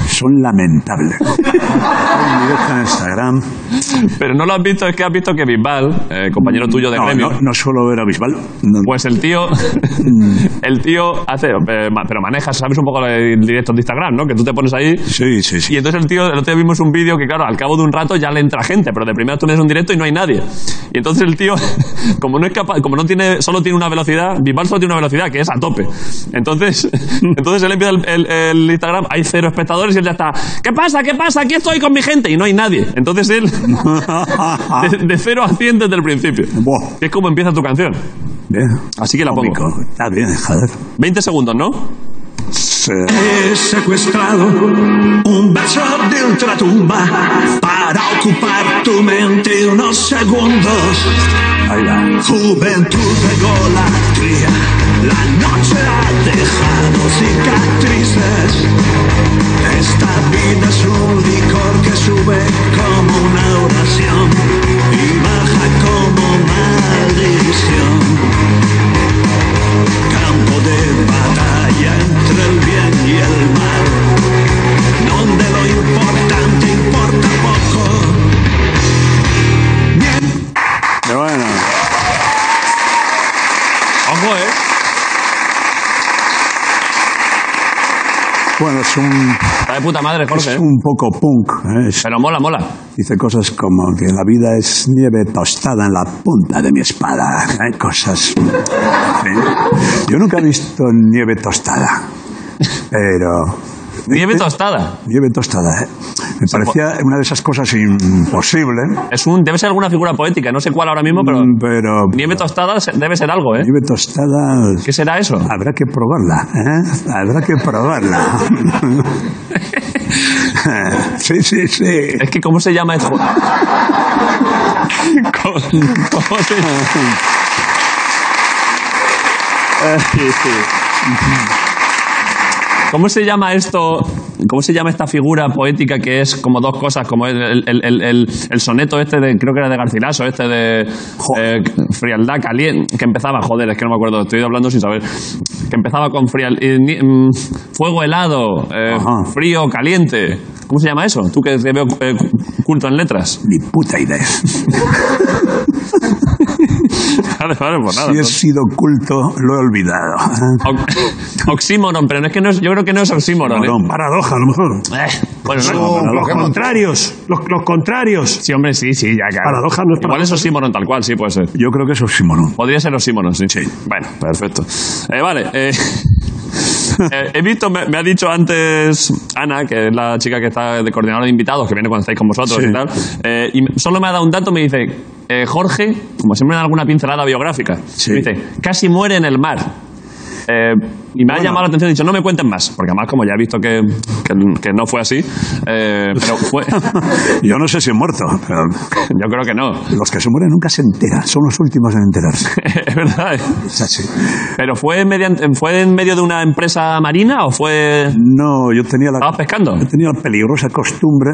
son lamentables. Un directo en Instagram. Pero no lo has visto, es que has visto que Bisbal, eh, compañero tuyo de No, gremio, no, Mm. no suelo ver a Bisbal. No- pues el tío, el tío hace, eh, ma- pero manejas, sabes un poco el directo de Instagram, ¿no? Que tú te pones ahí sí, sí, sí. Y entonces el tío, el otro día vimos un vídeo que, claro, al cabo de un rato ya le entra gente, pero de primera tú metes un directo y no hay nadie. Y entonces el tío, como no es capaz, como no tiene, solo tiene una velocidad, Bisbal solo tiene una velocidad, que es a tope. Entonces, entonces él empieza el, el- el Instagram, hay cero espectadores y él ya está, ¿qué pasa? ¿Qué pasa? Aquí estoy con mi gente y no hay nadie. Entonces él, de, de cero a cien desde el principio. Buah. Que es como empieza tu canción. Bien. Así que la pongo. Cómico. Está bien, joder. 20 segundos, ¿no? Sí. He secuestrado un Um beso de ultratumba para ocupar tu mente unos segundos. Ahí va. Juventud de gola, la no te ha dejado cicatrices. Esta vida es un licor que sube como una oración y baja como maldición. Campo de batalla entre el bien y el mal, donde lo importante importa poco. Bueno, Ojo, ¿eh? bueno es, un, Está de puta madre, Jorge. es ¿eh? un poco punk. ¿eh? Es- Pero mola, mola. Dice cosas como que la vida es nieve tostada en la punta de mi espada. ¿eh? Cosas. ¿sí? Yo nunca he visto nieve tostada, pero. Nieve tostada. Nieve tostada, ¿eh? Me parecía una de esas cosas imposible. ¿eh? Es un, debe ser alguna figura poética, no sé cuál ahora mismo, pero mm, Pero. nieve tostada se- debe ser algo, ¿eh? Nieve tostada. ¿Qué será eso? Habrá que probarla, ¿eh? Habrá que probarla. sí, sí, sí. Es que, ¿cómo se llama esto? ¿Cómo, cómo se este, ¿Cómo se llama esto? ¿Cómo se llama esta figura poética que es como dos cosas? Como el, el- el- el- el soneto este, de, creo que era de Garcilaso, este de eh, frialdad caliente, que empezaba, joder, es que no me acuerdo, estoy hablando sin saber, que empezaba con frial, eh, ni- mm, fuego helado, eh, Ajá. frío, caliente. ¿Cómo se llama eso? Tú que te veo eh, culto en letras. Ni puta idea. Vale, vale, pues nada. pues, Si he sido culto, lo he olvidado. Ox- Oxímoron, pero no es que no es- yo creo que no es oxímoron. ¿eh? Perdón, Paradoja, a lo mejor. Eh, bueno, no, Eso- Los, Pokémon. contrarios. Los, los contrarios. Sí, hombre, sí, sí, ya, claro. Paradoja no es Igual es oxímoron tal cual, sí, puede ser. Yo creo que es oxímono. Podría ser oxímoron, sí. Sí. Bueno, perfecto. Eh, vale, eh, eh, he visto, me, me ha dicho antes Ana, que es la chica que está de coordinadora de invitados, que viene cuando estáis con vosotros Sí. y tal, eh, y me- solo me ha dado un dato, me dice, eh, Jorge, como siempre en alguna pincelada biográfica, Sí. me dice, casi muere en el mar. Eh, y me ha llamado la atención, he dicho, no me cuenten más, porque además como ya he visto que, que- que no fue así, eh, pero fue... Yo no sé si he muerto, pero Yo creo que no. los que se mueren nunca se enteran. Son los últimos en enterarse. es verdad. eh. Es así. ¿Pero fue, mediante, fue en medio de una empresa marina o fue... No, yo tenía la... ¿Estabas pescando? Yo tenía la peligrosa costumbre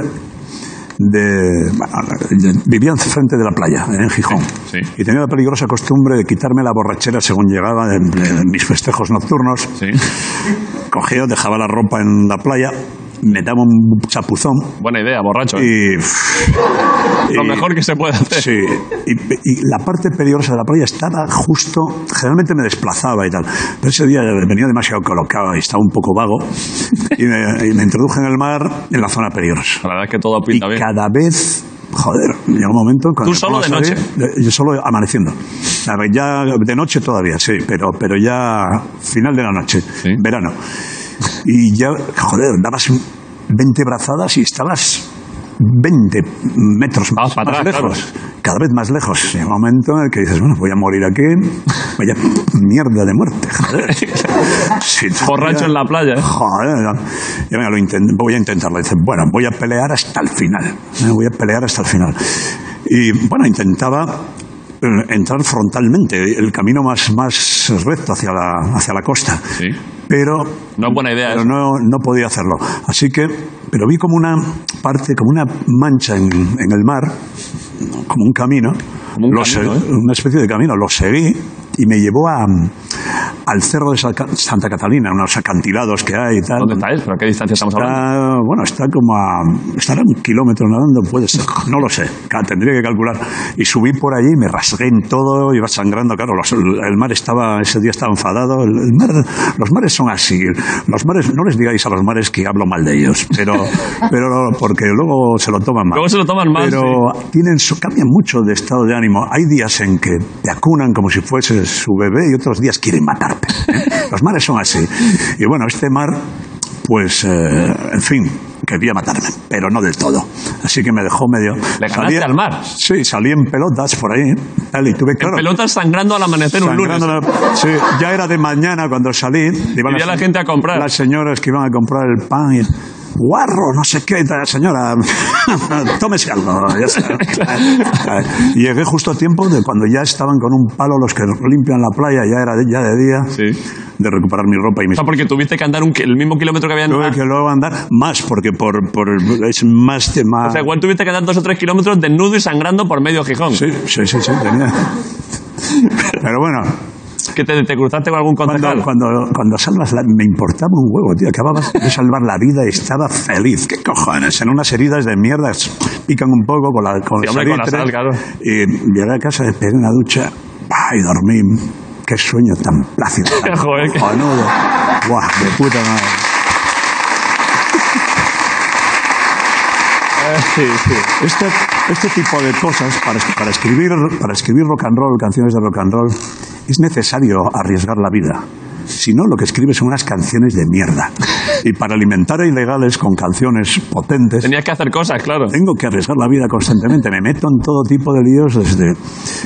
de, bueno, de- vivía enfrente de la playa, en Gijón. Sí, sí. Y tenía la peligrosa costumbre de quitarme la borrachera según llegaba en, en mis festejos nocturnos. Sí. Cogía, dejaba la ropa en la playa, me daba un chapuzón Buena idea, borracho. eh. y... Lo y- mejor que se puede hacer. Sí, y, y la parte peligrosa de la playa estaba justo, generalmente me desplazaba y tal, pero ese día venía demasiado colocado y estaba un poco vago y me, y me introduje en el mar en la zona peligrosa. La verdad es que todo pinta y bien. cada vez, joder, llegó un momento... cuando ¿Tú solo me de pongo a salir, eh, Yo solo amaneciendo. A ver, ya de noche todavía, sí, pero, pero ya final de la noche, verano. Y ya, joder, dabas 20 brazadas y estabas 20 metros más, Vas para más atrás, lejos. Cada vez más lejos. Llega un momento en el que dices, bueno, voy a morir aquí. Vaya mierda de muerte, joder. Si todavía- Borracho en la playa. eh. Joder, ya- ya venga, lo inten- voy a intentarlo. Dice, bueno, voy a pelear hasta el final. Eh, Voy a pelear hasta el final. Y bueno, intentaba eh, entrar frontalmente, el camino más, más recto hacia la, hacia la costa. Sí. Pero, No es buena idea. pero eso. no, no podía hacerlo. Así que, pero vi como una parte, como una mancha en, en el mar, como un camino, Como un Lo camino, ¿eh? se- una especie de camino. Lo seguí y me llevó a, al cerro de Sa- Santa Catalina, unos acantilados que hay y tal. ¿Dónde estáis? ¿Pero a qué distancia estamos hablando? Está, bueno, está como a... Estará un kilómetro nadando, puede ser. No lo sé. Ca- Tendría que calcular. Y subí por allí, me rasgué en todo, iba sangrando. Claro, los- el mar estaba... Ese día estaba enfadado. El, el mar, los mares son así. Los mares... No les digáis a los mares que hablo mal de ellos. Pero... pero porque luego se lo toman mal. Luego se lo toman mal. sí. Pero tienen su, cambian mucho de estado de ánimo. Hay días en que te acunan como si fuese su bebé y otros días quieren matarte. ¿eh? Los mares son así. Y bueno, este mar, pues, eh, en fin, quería matarme, pero no del todo. Así que me dejó medio. Le ganaste salí- al mar. Sí, salí en pelotas por ahí. tal, y tuve claro. Pelotas sangrando al amanecer un lunes. sangrando la- sí, ya era de mañana cuando salí. Iban Y vi a la gente a comprar. Las señoras que iban a comprar el pan. y- guarro, no sé qué, tal, señora, tómese algo. ya está. Llegué justo a tiempo de cuando ya estaban con un palo los que limpian la playa, ya era de- ya de día, Sí. de recuperar mi ropa y mis O sea, porque tuviste que andar un ki- el mismo kilómetro que habían Tuve que luego andar más, porque por, por- es más tema. O sea, igual tuviste que andar dos o tres kilómetros desnudo y sangrando por medio Gijón. Sí, sí, sí, sí, tenía. Pero bueno, Que te, te cruzaste con algún cuando, concejal. cuando, cuando salvas la. Me importaba un huevo, tío. Acababas de salvar la vida y estaba feliz. ¿Qué cojones? En unas heridas de mierda pican un poco con la. Con Sí, los hombre, con la salitres. sal, claro. Y llegué a casa, me pegué una ducha ¡pah! y dormí. Qué sueño tan plácido. Tan Joder, qué- cojonudo. Buah, de puta madre. Sí, sí. Este, este tipo de cosas, para, es- para escribir, para escribir rock and roll, canciones de rock and roll, es necesario arriesgar la vida. Si no, lo que escribes son unas canciones de mierda. Y para alimentar a ilegales con canciones potentes, Tenías que hacer cosas, claro. tengo que arriesgar la vida constantemente. Me meto en todo tipo de líos desde...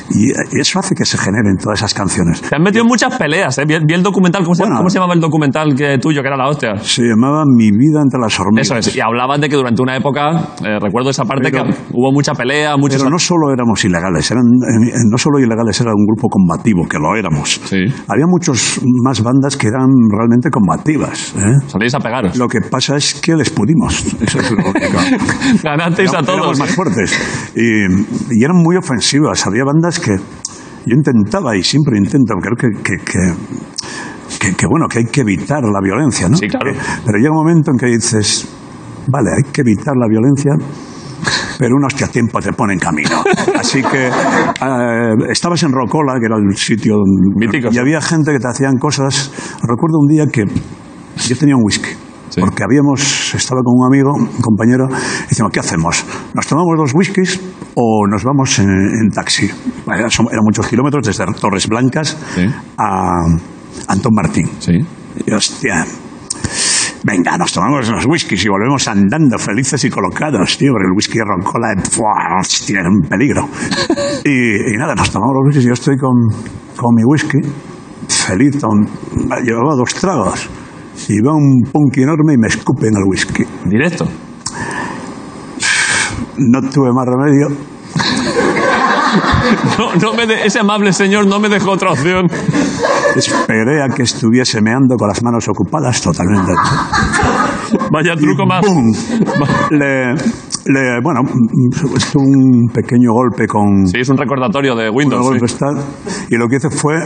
Y eh, eso hace que se generen todas esas canciones. Te han metido en muchas peleas, ¿eh? Vi, vi el documental. ¿Cómo, se, Bueno. cómo se llamaba el documental que, tuyo, que era la hostia? Se llamaba Mi vida entre las hormigas. Eso es. Y hablabas de que durante una época, eh, recuerdo esa parte, Pero- que hubo mucha pelea, muchos... Pero no solo éramos ilegales, eran, eh, no solo ilegales era un grupo combativo, que lo éramos. Sí. Había muchas más bandas que eran realmente combativas. ¿eh? Salíais a pegaros. Lo que pasa es que les pudimos. Eso es lo que- Ganasteis a Éramos- todos. ¿eh? éramos más fuertes. Y, y eran muy ofensivas. Había bandas que yo intentaba y siempre intento, creo que, que, que- que- que, bueno, que hay que evitar la violencia, ¿no? Sí, claro. Eh, Pero llega un momento en que dices, vale, hay que evitar la violencia. Pero unos que a tiempo te ponen camino. Así que eh, estabas en Rocola, que era el sitio donde- Mítico, y sí. había gente que te hacían cosas. Recuerdo un día que yo tenía un whisky. Sí. Porque habíamos, estaba con un amigo, un compañero, y decíamos, ¿qué hacemos? ¿Nos tomamos dos whiskies o nos vamos en, en taxi? Bueno, Eran son- eran muchos kilómetros desde Torres Blancas Sí. a Antón Martín. Sí. Y, hostia. Venga, nos tomamos unos whiskies y volvemos andando felices y colocados, tío, porque el whisky de roncola ¡fua! hostia, era un peligro. Y, y nada, nos tomamos los whiskies y yo estoy con, con mi whisky, feliz, con- llevaba dos tragos. Y va un punk enorme y me escupe en el whisky. Directo. No tuve más remedio No, no me de- ese amable señor no me dejó otra opción. Esperé a que estuviese meando con las manos ocupadas totalmente. Vaya truco más. ¡Bum! Le, le- bueno, es un pequeño golpe con... Sí, es un recordatorio de Luego Windows. sí. el prestar, y lo que hice fue,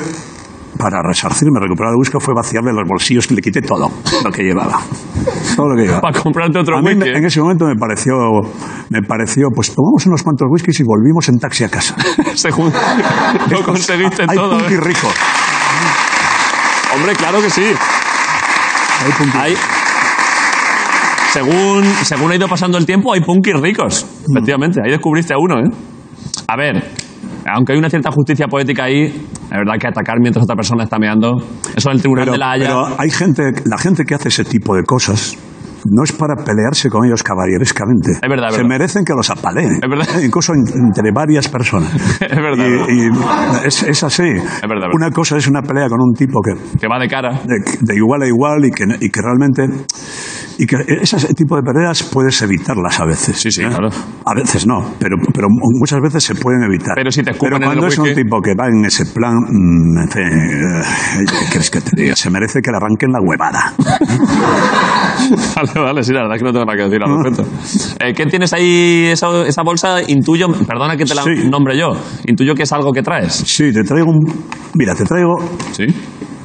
para resarcirme, recuperar el busca, fue vaciarle los bolsillos y le quité todo lo que llevaba. Todo lo que llevaba. Para comprarte otro A mí me- whisky. ¿eh? en ese momento me pareció, me pareció, pues tomamos unos cuantos whiskies y volvimos en taxi a casa. Se jun- Lo conseguiste Hay todo. punky ¿eh? rico. Hombre, claro que sí. Hay punky. Hay- Según, según ha ido pasando el tiempo, hay punkis ricos. Mm. Efectivamente, ahí descubriste a uno, ¿eh? A ver, aunque hay una cierta justicia poética ahí, la verdad que atacar mientras otra persona está meando, eso del tribunal Pero, de la Haya. pero hay gente, la gente que hace ese tipo de cosas no es para pelearse con ellos caballerescamente. Es verdad, es Se verdad. merecen que los apaleen. Es verdad. ¿eh? Incluso en- entre varias personas. Es verdad, es Y, y es, es así. verdad. Una cosa es una pelea con un tipo que que va de cara. de, de igual a igual y que, y que realmente y que ese tipo de peleas puedes evitarlas a veces ¿eh? Sí, sí, claro. a veces no pero, pero muchas veces se pueden evitar Pero si te escupen en el cuando es un whisky- tipo que va en ese plan mm, en fin, eh, ¿qué crees que te diga? se merece que le arranquen la huevada Vale, vale, sí, la verdad es que no tengo nada que decir Ah. al respecto. Eh, ¿Qué tienes ahí, esa, esa bolsa? Intuyo, perdona que te la Sí. nombre yo, intuyo que es algo que traes. sí te traigo un mira te traigo Sí.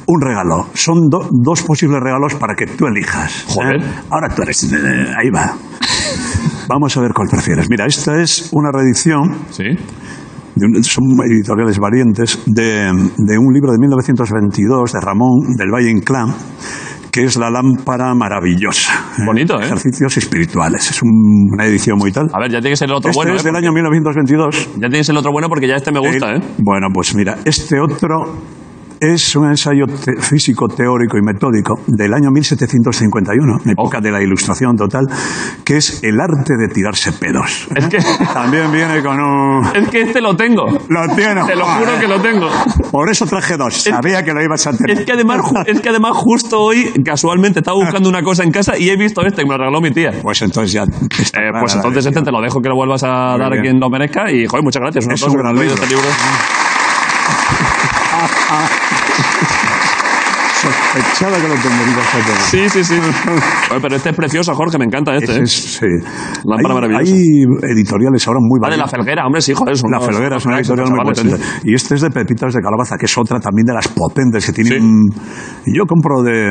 un regalo son do- dos posibles regalos para que tú elijas ¿eh? Joder. ahora tú eres eh, ahí va vamos a ver cuál prefieres mira esta es una reedición Sí. de un- son editoriales variantes, de, de un libro de 1922 de Ramón del Valle Inclán, que es La lámpara maravillosa. Bonito, ¿eh? Ejercicios espirituales. Es un- una edición muy tal. A ver, ya tiene que ser el otro Este bueno. es ¿eh? del año 1922. Ya tienes el otro bueno porque ya este me gusta, ¿eh? Bueno, pues mira, este otro es un ensayo te- físico, teórico y metódico del año 1751, época de la ilustración total, que es el arte de tirarse pedos. Es que, También viene con un... es que este lo tengo. Lo tiene. Te lo juro que lo tengo. Por eso traje dos. Sabía que lo ibas a tener. Es que además, ju- es que además justo hoy, casualmente, estaba buscando una cosa en casa y he visto este que me lo regaló mi tía. Pues entonces ya... está Eh, clara pues la entonces este te lo dejo que lo vuelvas a Muy dar a bien. quien lo merezca y joder, muchas gracias. Un Es aplauso un gran por el libro. este libro. Sospechaba que lo tendrías a tener. Sí, sí, sí. Joder, pero este es precioso, Jorge, me encanta este. Ese ¿eh? es- sí. Lámpara hay, maravillosa. hay editoriales ahora muy Ah, de la valientes. Felguera, hombre, sí, joder. son La unos- Felguera es una unos editorial muy chavales, potente. sí. Y este es de Pepitas de Calabaza, que es otra también de las potentes que tienen. Sí. y Yo compro de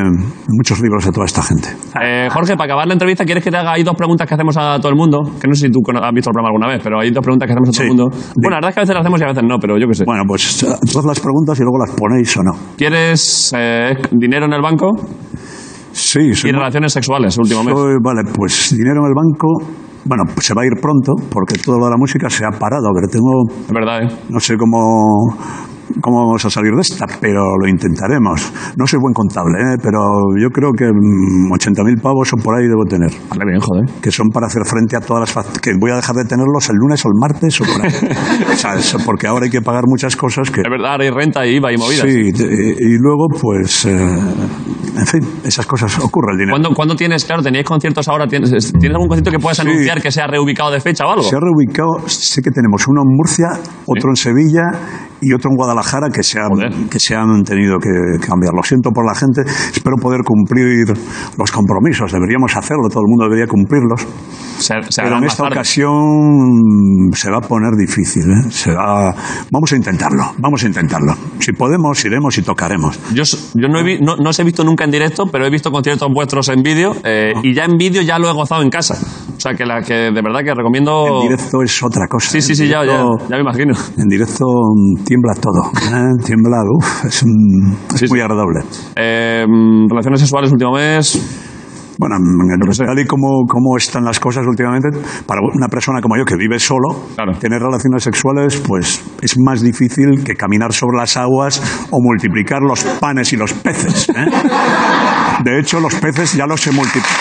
muchos libros de toda esta gente. Eh, Jorge, para acabar la entrevista, ¿quieres que te haga? Hay dos preguntas que hacemos a todo el mundo. Que no sé si tú cono- has visto el programa alguna vez, pero hay dos preguntas que hacemos a todo Sí. el mundo. Sí. Bueno, la verdad es que a veces las hacemos y a veces no, pero yo qué sé. Bueno, pues eh, haz las preguntas y luego las ponéis o no. ¿Quieres eh, dinero en el banco Sí, y soy, relaciones sexuales último mes? soy- Vale, pues dinero en el banco. Bueno, pues se va a ir pronto porque todo lo de la música se ha parado, pero tengo Es verdad, ¿eh? No sé cómo, cómo vamos a salir de esta, pero lo intentaremos. No soy buen contable, ¿eh? pero yo creo que mm, 80.000 pavos o por ahí debo tener, Vale, bien, joder. que son para hacer frente a todas las fac- que voy a dejar de tenerlos el lunes o el martes o por ahí. O sea, eso, porque ahora hay que pagar muchas cosas que... Es verdad, ahora hay renta y IVA y movidas. Sí, te- y, y luego pues, eh, en fin, esas cosas ocurre el dinero. ¿Cuándo, cuándo tienes, claro, teníais conciertos ahora? ¿Tienes, ¿tienes algún concierto que puedas anunciar que sea reubicado de fecha o algo? Se ha reubicado, sé que tenemos uno en Murcia, otro en Sevilla y otro en Guadalajara que se, ha- Joder. que se han tenido que cambiar. Lo siento por la gente, espero poder cumplir los compromisos, deberíamos hacerlo, todo el mundo debería cumplirlos, Se, se pero hará en más esta tarde. ocasión se va a poner difícil. ¿eh? Se va- Vamos a intentarlo, vamos a intentarlo. Si podemos, iremos y tocaremos. Yo, s- yo no, he vi- no, no os he visto nunca en directo, pero he visto conciertos vuestros en vídeo eh, Ah. y ya en vídeo ya lo he gozado en casa. O sea, que, la, que de verdad que recomiendo... En directo es otra cosa. Oh. Sí, ¿eh? sí, sí, ya, ya, Directo- ya me imagino. En directo mm, tiembla todo, ¿eh? tiembla, uff, es, un- es Sí, muy sí. agradable. Eh, mm, relaciones sexuales último mes. Bueno, mm, tal y como, como están las cosas últimamente, para una persona como yo que vive solo, Claro. tener relaciones sexuales pues es más difícil que caminar sobre las aguas o multiplicar los panes y los peces. ¿eh? De hecho, los peces ya los he multiplicado.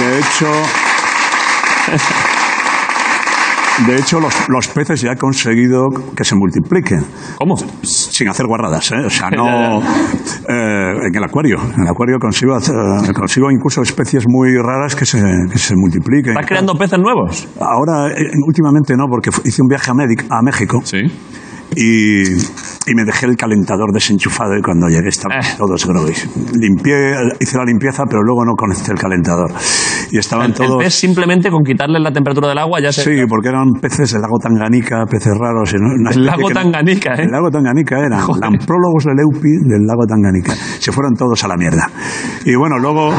De hecho... De hecho, los, los peces ya he conseguido que se multipliquen ¿Cómo? sin hacer guardadas, ¿eh? o sea, Ya, no eh, en el acuario. En el acuario consigo, hacer- eh, consigo incluso especies muy raras que se, que se multipliquen. ¿Estás creando peces nuevos? Ahora, eh, últimamente no, porque fu- hice un viaje a, Médic- a México Sí. y, y me dejé el calentador desenchufado y cuando llegué estaban Eh. todos groguis. Limpié, hice la limpieza, pero luego no conecté el calentador. Y El, estaban el todos... pez simplemente con quitarle la temperatura del agua ya se... Sí, porque eran peces del lago Tanganica, peces raros. y no- una El especie lago que no- Tanganica, ¿eh? El lago Tanganica eran Joder. lamprólogus del Eupi del lago Tanganica. Se fueron todos a la mierda. Y bueno, luego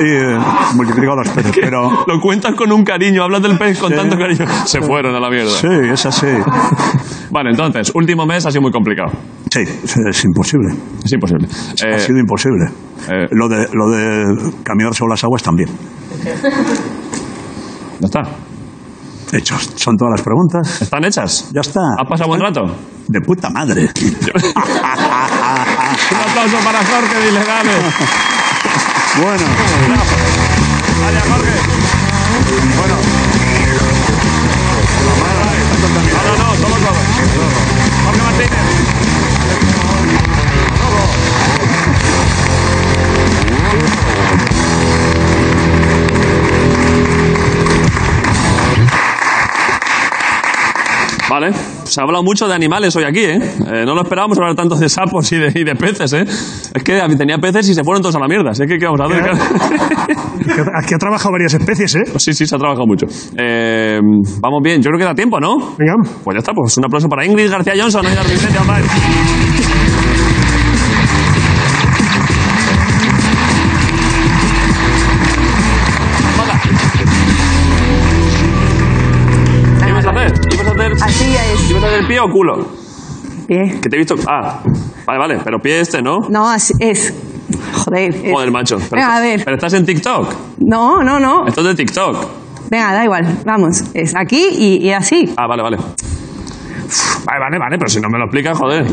eh, multiplicó los peces, pero... Lo cuentas con un cariño, hablas del pez con tanto cariño. Se fueron a la mierda. Sí, es así. Vale, entonces, último mes ha sido muy complicado. Sí, es imposible. Es imposible. ha Eh, sido imposible. eh. Lo, de, lo de caminar sobre las aguas también. ya está. Hechos. Son todas las preguntas. ¿Están hechas? Ya está. ¿Ha pasado buen rato? De puta madre. Un aplauso para Jorge de Ilegales. bueno. Vaya, Jorge. Bueno. No, no, no, somos todos. Jorge Martínez. Vale, se ha hablado mucho de animales hoy aquí, ¿eh? Eh, no lo esperábamos hablar tanto de sapos y de, y de peces, ¿eh? Es que a mí tenía peces y se fueron todos a la mierda, así que ¿qué vamos a hacer? Que- Aquí ha trabajado varias especies, ¿eh? Pues Sí, sí, se ha trabajado mucho. Eh, vamos bien, yo creo que da tiempo, ¿no? Venga. Pues ya está, pues un aplauso para Ingrid García Johnson. ¿no? Y Darby Vicente, hombre. ¿Qué ibas a hacer? ¿Ibas a hacer? Así es. ¿Ibas a hacer pie o culo? Bien. Que te he visto. Ah, vale, vale, pero pie este, ¿no? Eh, No, así es. Joder. es. Joder, macho. Pero, Venga, a ver. pero estás en TikTok. No, no, no. Esto es de TikTok. Venga, da igual. Vamos. Es aquí y, y así. Ah, vale, vale. Vale, vale, vale, pero si no me lo explicas, joder.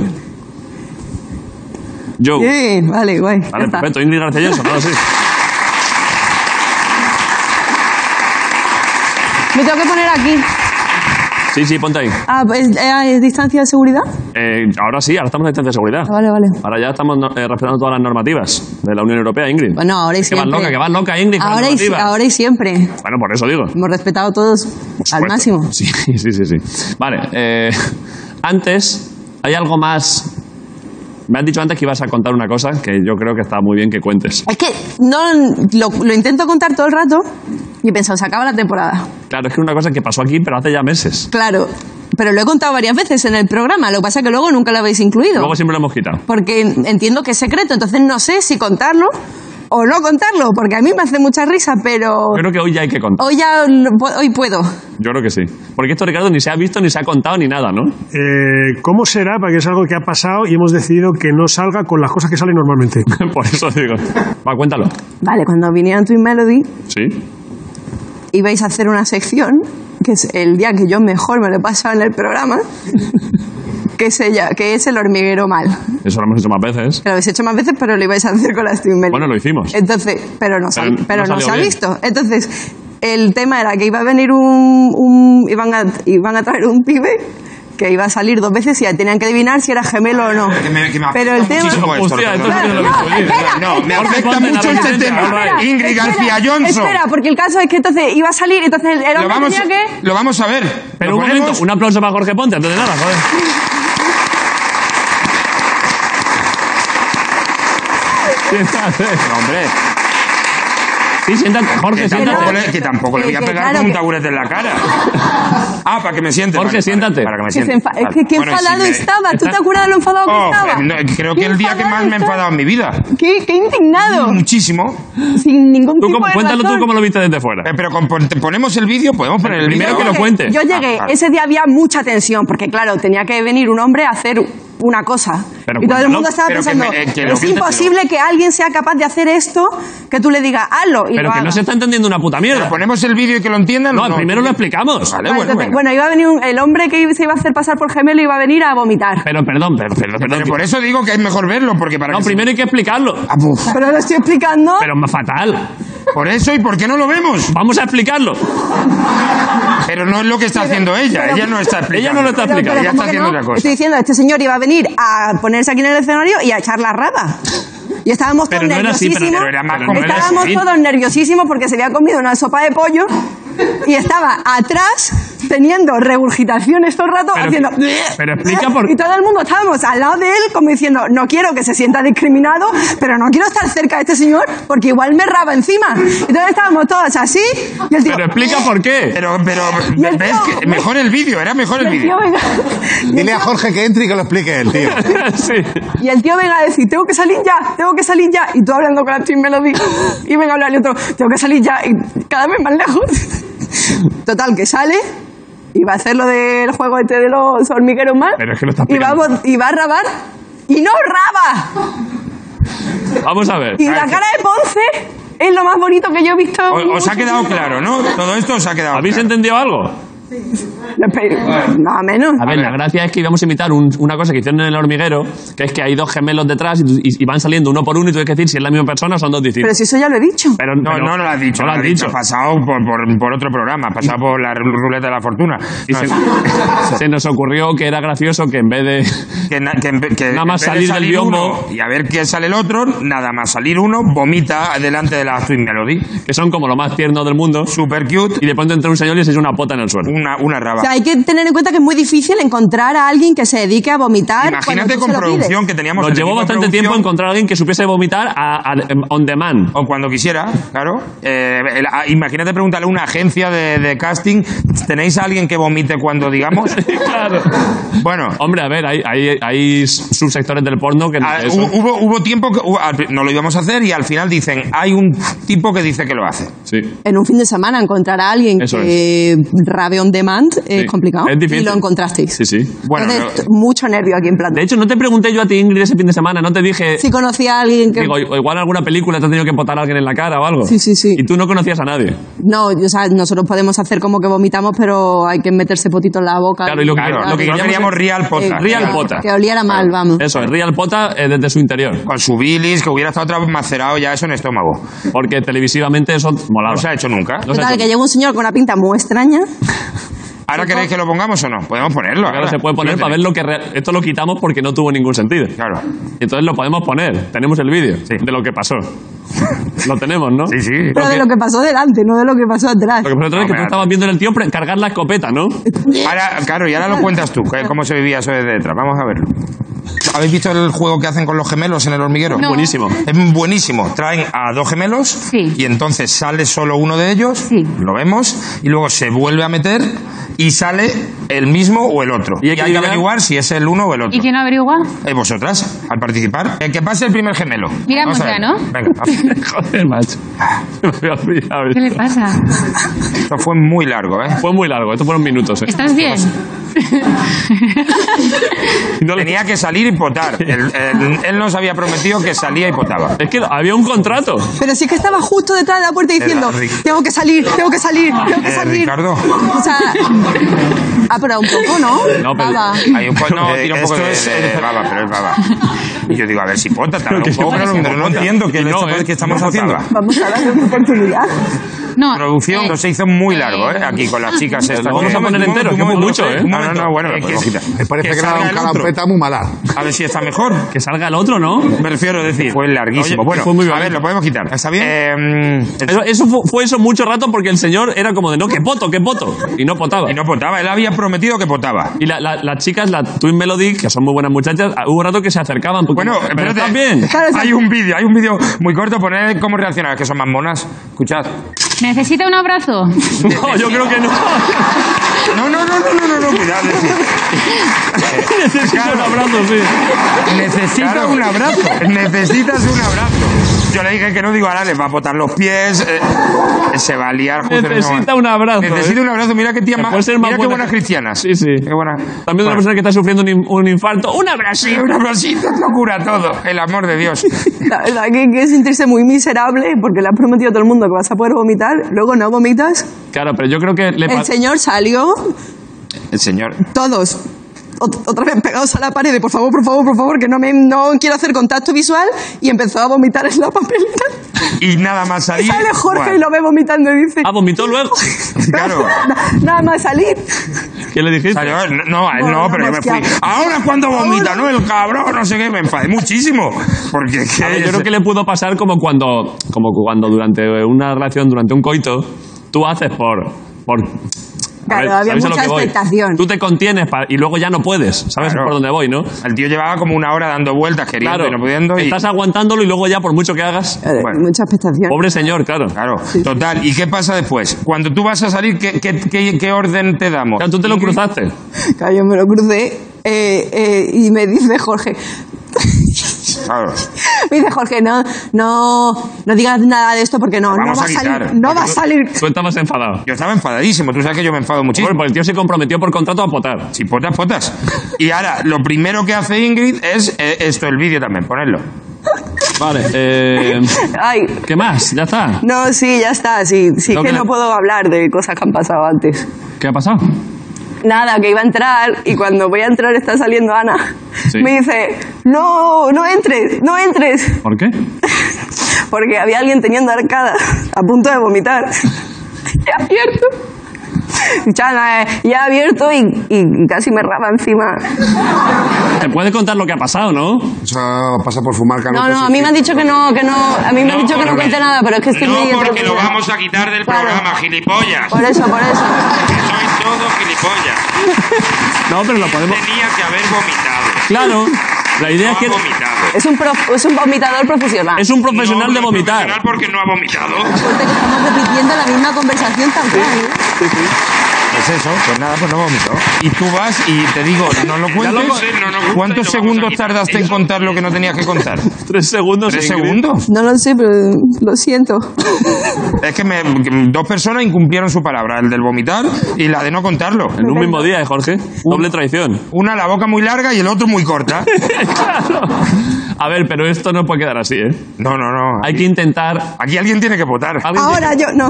Joe. Bien, vale, guay. ya Uh. Vale, está. perfecto. Indy García Johnson, ahora sí. Me tengo que poner aquí. Sí, sí, ponte ahí. Ah, pues, eh, ah, ¿es distancia de seguridad? Ah, Eh, ahora sí, ahora estamos en distancia de seguridad. Vale, vale. Ahora ya estamos no- eh, respetando todas las normativas de la Unión Europea, Ingrid. Bueno, ahora y que vas siempre. loca, que vas loca, Ingrid. con las ahora, y, si- normativas. ahora y siempre. Bueno, por eso digo. Hemos respetado todos al supuesto. máximo. Sí, sí, sí, sí. Vale, eh, antes hay algo más. Me has dicho antes que ibas a contar una cosa que yo creo que está muy bien que cuentes. Es que no lo, lo intento contar todo el rato y he pensado, se acaba la temporada. Claro, es que una cosa que pasó aquí, pero hace ya meses. Claro, pero lo he contado varias veces en el programa, lo que pasa es que luego nunca lo habéis incluido. Luego siempre lo hemos quitado. Porque entiendo que es secreto, entonces no sé si contarlo o no contarlo, porque a mí me hace mucha risa, pero Creo que hoy ya hay que contar. hoy ya lo pu- hoy puedo. Oh. Yo creo que sí. Porque esto, Ricardo, ni se ha visto, ni se ha contado, ni nada, ¿no? Eh, ¿Cómo será? Porque es algo que ha pasado y hemos decidido que no salga con las cosas que salen normalmente. Por eso digo. Va, cuéntalo. Vale, cuando vinieron Twin Melody ¿Sí? ibais a hacer una sección, que es el día que yo mejor me lo he pasado en el programa, que es, ella, que es el hormiguero mal. Eso lo hemos hecho más veces. Que lo habéis hecho más veces, pero lo ibais a hacer con las Twin Melody. Bueno, lo hicimos. Entonces, pero no, se ha- Pero pero, no no salió se ha bien. visto. Entonces, el tema era que iba a venir un, un- iban, a, iban a traer un pibe que iba a salir dos veces y ya tenían que adivinar si era gemelo o no. Que me- que me pero el afecta tema muchísimo esto, Hostia, lo que- entonces- Claro, no, no, espera, no, me espera. afecta mucho Espera, este tema. espera, Ingrid Espera, García Johnson. Espera, porque el caso es que entonces iba a salir, entonces el Lo hombre vamos, tenía que lo vamos a ver. Pero Lo un ponemos- momento, un aplauso para Jorge Ponte, antes de nada, joder. Siéntate. hombre. Sí, siéntate, Jorge, Que siéntate. tampoco, no. le, que tampoco le voy a Que- que pegar claro con un que- taburete en la cara. Ah, para que me siente. Jorge, siéntate. Para que me Que se siente. enfa- es Vale. que qué Bueno, y si enfadado me- estaba. ¿Tú te Está- acuerdas de lo enfadado que Oh, estaba? no, creo que Qué el día que enfadado más me he estaba. enfadado en mi vida. Qué, qué indignado. Muchísimo. Sin ningún Tú tipo cómo- de cuéntalo tú razón. cómo lo viste desde fuera. Eh, pero con- pon- te ponemos el vídeo, podemos poner el Primero vídeo. que lo Yo cuente. Yo llegué, Ah, vale. ese día había mucha tensión, porque claro, tenía que venir un hombre a hacer una cosa. Pero y todo el cuéntalo. mundo estaba Pero que pensando, me- eh, que lo es cuente, imposible que alguien sea capaz de hacer esto, que tú le digas, hazlo, y Pero lo que haga. no se está entendiendo una puta mierda. Ponemos el vídeo y que lo entiendan. No, primero lo explicamos. Vale, Vale, bueno, entonces, bueno. bueno, iba a venir un- el hombre que se iba a hacer pasar por gemelo iba a venir a vomitar. Pero perdón, pero, perdón, Pero perdón. por eso digo que es mejor verlo, porque para No, que- primero hay que explicarlo. Ah, buf. Pero lo estoy explicando. Pero más fatal. Por eso, ¿y por qué no lo vemos? Vamos a explicarlo. Pero no es lo que está haciendo ella. pero- ella no está explicando. Ella no lo está Pero- explicando. pero Ella ¿cómo está que haciendo no? otra cosa. Estoy diciendo, este señor iba a venir a ponerse aquí en el escenario y a echar la raba. Y estábamos todos Pero no era así, pero- nerviosísimos. pero era más como era estábamos así. todos nerviosísimos porque se había comido una sopa de pollo y estaba atrás teniendo regurgitaciones todo el rato Pero- haciendo. pero explica por- Y todo el mundo estábamos al lado de él como diciendo, no quiero que se sienta discriminado, pero no quiero estar cerca de este señor porque igual me raba encima. Entonces estábamos todos así y el tío. Pero explica por qué. Pero, pero, Y el ¿ves? tío- que mejor el vídeo, era mejor y el el tío vídeo. venga- y el Dile a tío- Jorge que entre y que lo explique él, tío. Sí. Y el tío venga a decir, tengo que salir ya, tengo que salir ya. Y tú hablando con la Twin Melody. Y venga a hablar el otro, tengo que salir ya. Y cada vez más lejos. Total, que sale. Y va a hacer lo del juego este de los hormigueros mal. Pero es que lo está y va, a explicando. vo- y va a rabar. ¡Y no raba! Vamos a ver. Y la cara de Ponce es lo más bonito que yo he visto. en O- Os ha mucho quedado tiempo. claro, ¿no? Todo esto os ha quedado ¿Habéis claro. entendido algo? No, pero- Nada menos. A ver, la gracia es que íbamos a imitar un- una cosa que hicieron en el hormiguero, que es que hay dos gemelos detrás y, y- y van saliendo uno por uno y tú tienes que decir si es la misma persona o son dos Pero distintos. si eso ya lo he dicho. Pero, No, pero- no, no lo has dicho. No lo has dicho. Pasado por, por, por otro programa, pasado por Ah, pues la ruleta de la fortuna. Y No, se, es- se nos ocurrió que era gracioso que en vez de... que, na- que en ve- que Nada en más vez de salir del biombo. uno Y a ver qué sale el otro, nada más salir uno, vomita delante de la Twin Melody. que son como lo más tierno del mundo Super cute, y de pronto entra un señor y se echa una pota en el suelo. una, una raba. O sea, hay que tener en cuenta que es muy difícil encontrar a alguien que se dedique a vomitar. cuando Imagínate tú con se lo pides. producción que teníamos. Nos el llevó equipo de bastante tiempo producción, Oh. encontrar a alguien que supiese vomitar a- a- em, on demand. O cuando quisiera, claro. Eh, el- a- imagínate preguntarle a una agencia de, de casting, ¿tenéis a alguien que vomite cuando digamos? claro. Bueno, Hombre, a ver, hay, hay, hay subsectores del porno que... no- a- eso. hu- hubo, hubo tiempo que hu- al pri- no lo íbamos a hacer y al final dicen, hay un tipo que dice que lo hace. Sí. en un fin de semana encontrar a alguien Eso que rabe on demand es complicado. Es difícil. Y lo encontrasteis. Sí, sí. Entonces, mucho nervio aquí en plan. De hecho, no te pregunté yo a ti, Ingrid, ese fin de semana. No te dije. Si conocí a alguien que. Digo, o igual alguna película te ha tenido que botar a alguien en la cara o algo. Sí, sí, sí. Y tú no conocías a nadie. No, yo- o sea, nosotros podemos hacer como que vomitamos, pero hay que meterse potito en la boca. Eh, Claro, y lo que, lo que no queríamos queríamos es- Real Pota. Real que- Pota. Que oliera mal, vamos. Eso es, Real Pota eh, desde su interior. Con su bilis, que hubiera estado otra vez macerado ya eso en estómago. Porque televisivamente eso molaba. No se ha hecho nunca. No se ha Total, hecho- que llega un señor con una pinta muy extraña. ¿Ahora queréis que lo pongamos o no? Podemos ponerlo. Ahora se puede poner para ver lo que... re- Esto lo quitamos porque no tuvo ningún sentido. Claro. Entonces lo podemos poner. Tenemos el vídeo de lo que pasó. lo tenemos, ¿no? Sí, sí. Pero de lo que pasó delante, no de lo que pasó atrás. Lo que pasó es que tú Hombre, estabas viendo en el tío pre- cargar la escopeta, ¿no? Ahora, claro, y ahora lo cuentas tú, que- cómo se vivía eso desde detrás. Vamos a verlo. ¿Habéis visto el juego que hacen con los gemelos en el hormiguero? No. Buenísimo. Es buenísimo. Traen a dos gemelos y entonces sale solo uno de ellos, lo vemos, y luego se vuelve a meter y sale el mismo o el otro. Y hay que, averiguar si es el uno o el otro. ¿Y quién averigua? Eh, vosotras, al participar. El que pase el primer gemelo. Mira, Vamos a ver. Moya, ¿no? Venga, va. Joder, macho. Me había olvidado ¿Qué le esto. pasa? esto fue muy largo, ¿eh? Fue muy largo, esto fueron minutos. ¿eh? ¿Estás bien? Tenía que salir y potar. El- el- él nos había prometido que salía y potaba. Es que había un contrato. Pero sí que estaba justo detrás de la puerta Era diciendo, Ric- tengo que salir, tengo que salir, tengo que Eh, salir. Ricardo. O sea, ha parado un poco, ¿no? No, pero- Baba. Hay un po- no, Eh, tira un poco esto de, es, de- de baba, pero es baba. Y yo digo, a ver si pota, tarda un que- poco, pero no, no entiendo qué Y le no, está- ¿eh? qué estamos No haciendo. potaba. Vamos a darle una oportunidad. No. Producción, nos se hizo muy largo, ¿eh? Aquí con las chicas estas. Lo vamos Eh, a poner un entero, momento, que un es momento, mucho, ¿eh? No, no, no, bueno, lo Eh, podemos que- quitar. Me parece que, salga era un el otro. calapeta muy mala. A ver si está mejor. Que salga el otro, ¿no? Me refiero a decir. Fue larguísimo. Oye, bueno, fue muy a ver, violento. lo podemos quitar. Em, ¿Está bien? Eso, eso fu- fue, eso mucho rato porque el señor era como de no, que poto, que poto. Y no potaba. y no potaba, él había prometido que potaba. Y la- la- las chicas, la Twin Melody, que son muy buenas muchachas, ah, hubo un rato que se acercaban. porque- Bueno, pero espérate. estás bien. Hay un vídeo, hay un vídeo muy corto, poner cómo reaccionar, que son más monas. Escuchad. ¿Necesita un abrazo? No, yo creo que no. No, no, no, no, no, no, no, cuidado. es decir, Necesito un abrazo, sí. Necesita un abrazo. Necesitas un abrazo. Yo le dije que no, digo, ahora les va a botar los pies. eh, se va a liar justo en ese Necesita momento. un abrazo. Necesita ¿eh? un abrazo. Mira qué tía Que más. puede ser más mira qué buena buenas que- cristianas. Sí, sí. Qué buena. También de una Bueno. persona que está sufriendo un, in- un infarto. Un abrazo. Sí, un abracito lo cura todo. El amor de Dios. La verdad que hay que sentirse muy miserable porque le has prometido a todo el mundo que vas a poder vomitar, luego no vomitas. Claro, pero yo creo que le pa- El señor salió, El señor. todos, ot- otra vez pegados a la pared, de, por favor, por favor, por favor, que no, me, no quiero hacer contacto visual, y empezó a vomitar en la papeleta. Y nada más salir. Sale Jorge Buah, y lo ve vomitando y dice, Ah, vomitó luego. Claro. "Na- nada más salir. ¿Qué le dijiste? Salió, no, no, a él no, Bueno, pero yo me fui. hostia. Ahora cuando vomita, ¿no? El cabrón, no sé qué, me enfadé muchísimo. Porque A ver, que- yo creo que le pudo pasar como cuando, como cuando durante una relación, durante un coito, tú haces por... por a Claro, había ¿sabéis a lo mucha que voy? expectación. Tú te contienes pa- y luego ya no puedes. ¿Sabes Claro. por dónde voy, no? El tío llevaba como una hora dando vueltas, queriendo Claro, y no pudiendo. Y... estás aguantándolo y luego ya por mucho que hagas... Eh, Bueno. Mucha expectación. Pobre señor, claro. Claro, total. ¿Y qué pasa después? Cuando tú vas a salir, ¿qué, qué, qué- qué orden te damos? Claro, tú te lo cruzaste. Claro, yo me lo crucé eh, eh, y me dice Jorge, Claro. me dice Jorge, no, no, no digas nada de esto porque no, no Vamos va a a salir, quitar. no va a salir. Tú estabas enfadado. Yo estaba enfadadísimo, tú sabes que yo me enfado Hombre, muchísimo. pues el tío se comprometió por contrato a potar. Si potas, potas. Y ahora, lo primero que hace Ingrid es eh, esto, el vídeo también, ponerlo. Vale, eh, Ay, ¿qué más? Ya está. no, sí, ya está, sí, sí No, que que no la- puedo hablar de cosas que han pasado antes. ¿Qué ha pasado? Nada, que iba a entrar y cuando voy a entrar está saliendo Ana. Sí. Me dice, no, no entres, no entres, ¿Por qué? porque había alguien teniendo arcada a punto de vomitar. Ya abierto. Chana, eh, ya abierto y, y casi me raba encima. Te puede contar lo que ha pasado, ¿no? Eso pasa por fumar No, canutos. pues no, a mí me han dicho que no, que no, a mí me han dicho que no porque- cuente nada, pero es que estoy No, muy porque lo entretenida. vamos a quitar del Claro. programa, gilipollas. Por eso, por eso. Que sois todos gilipollas. No, pero lo podemos. Tenía que haber vomitado. Claro, la idea es No que. ha vomitado. Es un, prof- es un vomitador profesional. Es un profesional No, de no es vomitar. profesional porque no ha vomitado. ¿eh? Suerte que estamos repitiendo la misma conversación tan claro. Pues eso, pues nada, pues no vomito. Y tú vas y te digo, no lo Ya lo cuentes. conté, no, no gusta y ¿Cuántos lo vamos a segundos quitar. tardaste en contar lo que no tenías que contar? Tres segundos. ¿Tres Ingrid. segundos? No lo sé, pero lo siento. Es que, me- que dos personas incumplieron su palabra, el del vomitar y la de no contarlo. En un mismo día, ¿eh, Jorge. Doble traición. Una la boca muy larga y el otro muy corta. A ver, pero esto no puede quedar así, ¿eh? No, no, no. Hay que intentar. Aquí alguien tiene que votar. Ahora yo, no.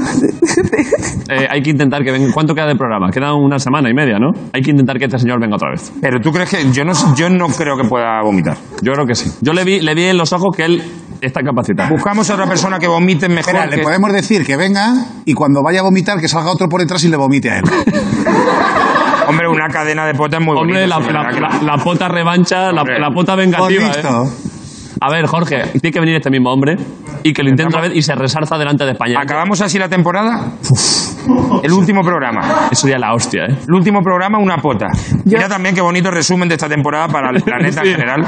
Eh, hay que intentar que venga. ¿Cuánto queda de programa? Queda una semana y media, ¿no? Hay que intentar que este señor venga otra vez. Pero tú crees que yo no, yo no creo que pueda vomitar. Yo creo que sí. Yo le vi, le vi en los ojos que él está capacitado. Buscamos a otra persona que vomite mejor. Espera, le que- podemos decir que venga y cuando vaya a vomitar que salga otro por detrás y le vomite a él. Hombre, una cadena de potas muy Hombre, bonita. la, sí, la- verdad que- la- la pota revancha, la, ¿eh? Hombre. la pota vengativa. Por ¿eh? listo. A ver, Jorge, tiene que venir este mismo hombre y que lo intente otra vez y se resarza delante de España. ¿Acabamos así la temporada? El último programa. Eso ya la hostia, ¿eh? El último programa, una pota. Mira también qué bonito resumen de esta temporada para el planeta Sí. en general.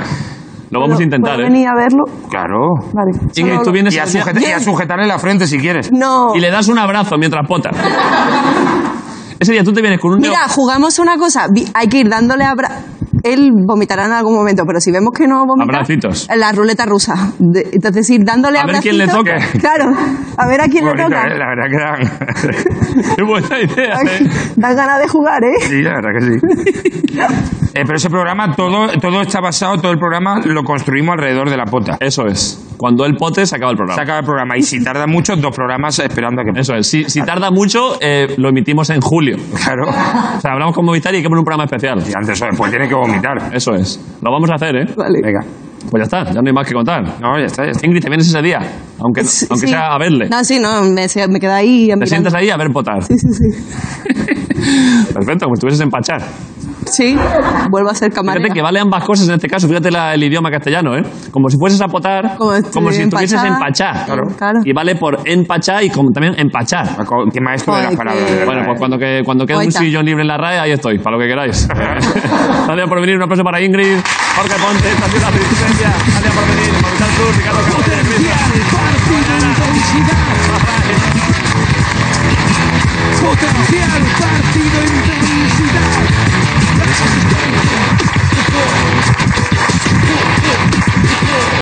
Lo vamos a intentar, ¿Puedo ¿eh? venir a verlo? Claro. Vale. Ingrid, Solo- tú vienes Y a, así- sujeta- y a sujetarle la frente si quieres. No. Y le das un abrazo mientras pota. Ese día tú te vienes con un... Mira, jugamos una cosa. Vi- Hay que ir dándole abra... Él vomitará en algún momento, pero si vemos que no vomita... Abracitos. La ruleta rusa. De- entonces, ir dándole A ver quién abracitos... le toca. Claro. A ver a quién le Bonito, toca. ¿eh? La verdad que eran- Qué buena idea, ¿eh? Da ganas de jugar, ¿eh? Sí, la verdad que sí. Eh, pero ese programa, todo, todo está basado, todo el programa lo construimos alrededor de la pota. Eso es. Cuando él pote, se acaba el Se programa. acaba el programa. Y si tarda mucho, dos programas esperando a que. Eso es. Si, si tarda mucho, eh, lo emitimos en julio. Claro. O sea, hablamos con Movistar y hay que poner un programa especial. Y antes o después tiene que vomitar. Eso es. Lo vamos a hacer, ¿eh? Vale. Venga. Pues ya está, ya no hay más que contar. No, ya está, ya está. Ingrid, te vienes ese día, aunque, Sí, aunque sí. sea a verle. No, sí, no. Me, se- me queda ahí Te mirando. sientas ahí a ver potar. Sí, sí, sí. Perfecto, como estuvieses en Pachar. Sí, vuelvo a ser camarera. Fíjate que vale ambas cosas en este caso. Fíjate la- el idioma castellano, ¿eh? Como si fueses a potar, Como como, estuviera si en estuvieses Pachá. en Pachá. Claro. Claro. Y vale por en Pachá y como también empachar. Qué maestro de las Ay, palabras. qué- de verdad, Bueno, pues eh. cuando, que, cuando quede un Poeta. sillón libre en la RAE, ahí estoy, para lo que queráis. Gracias por venir, un aplauso para Ingrid, Jorge Ponte, Estación La Resistencia. Gracias por venir, Movistar Sur, Ricardo Cabrera, Potencial, partido,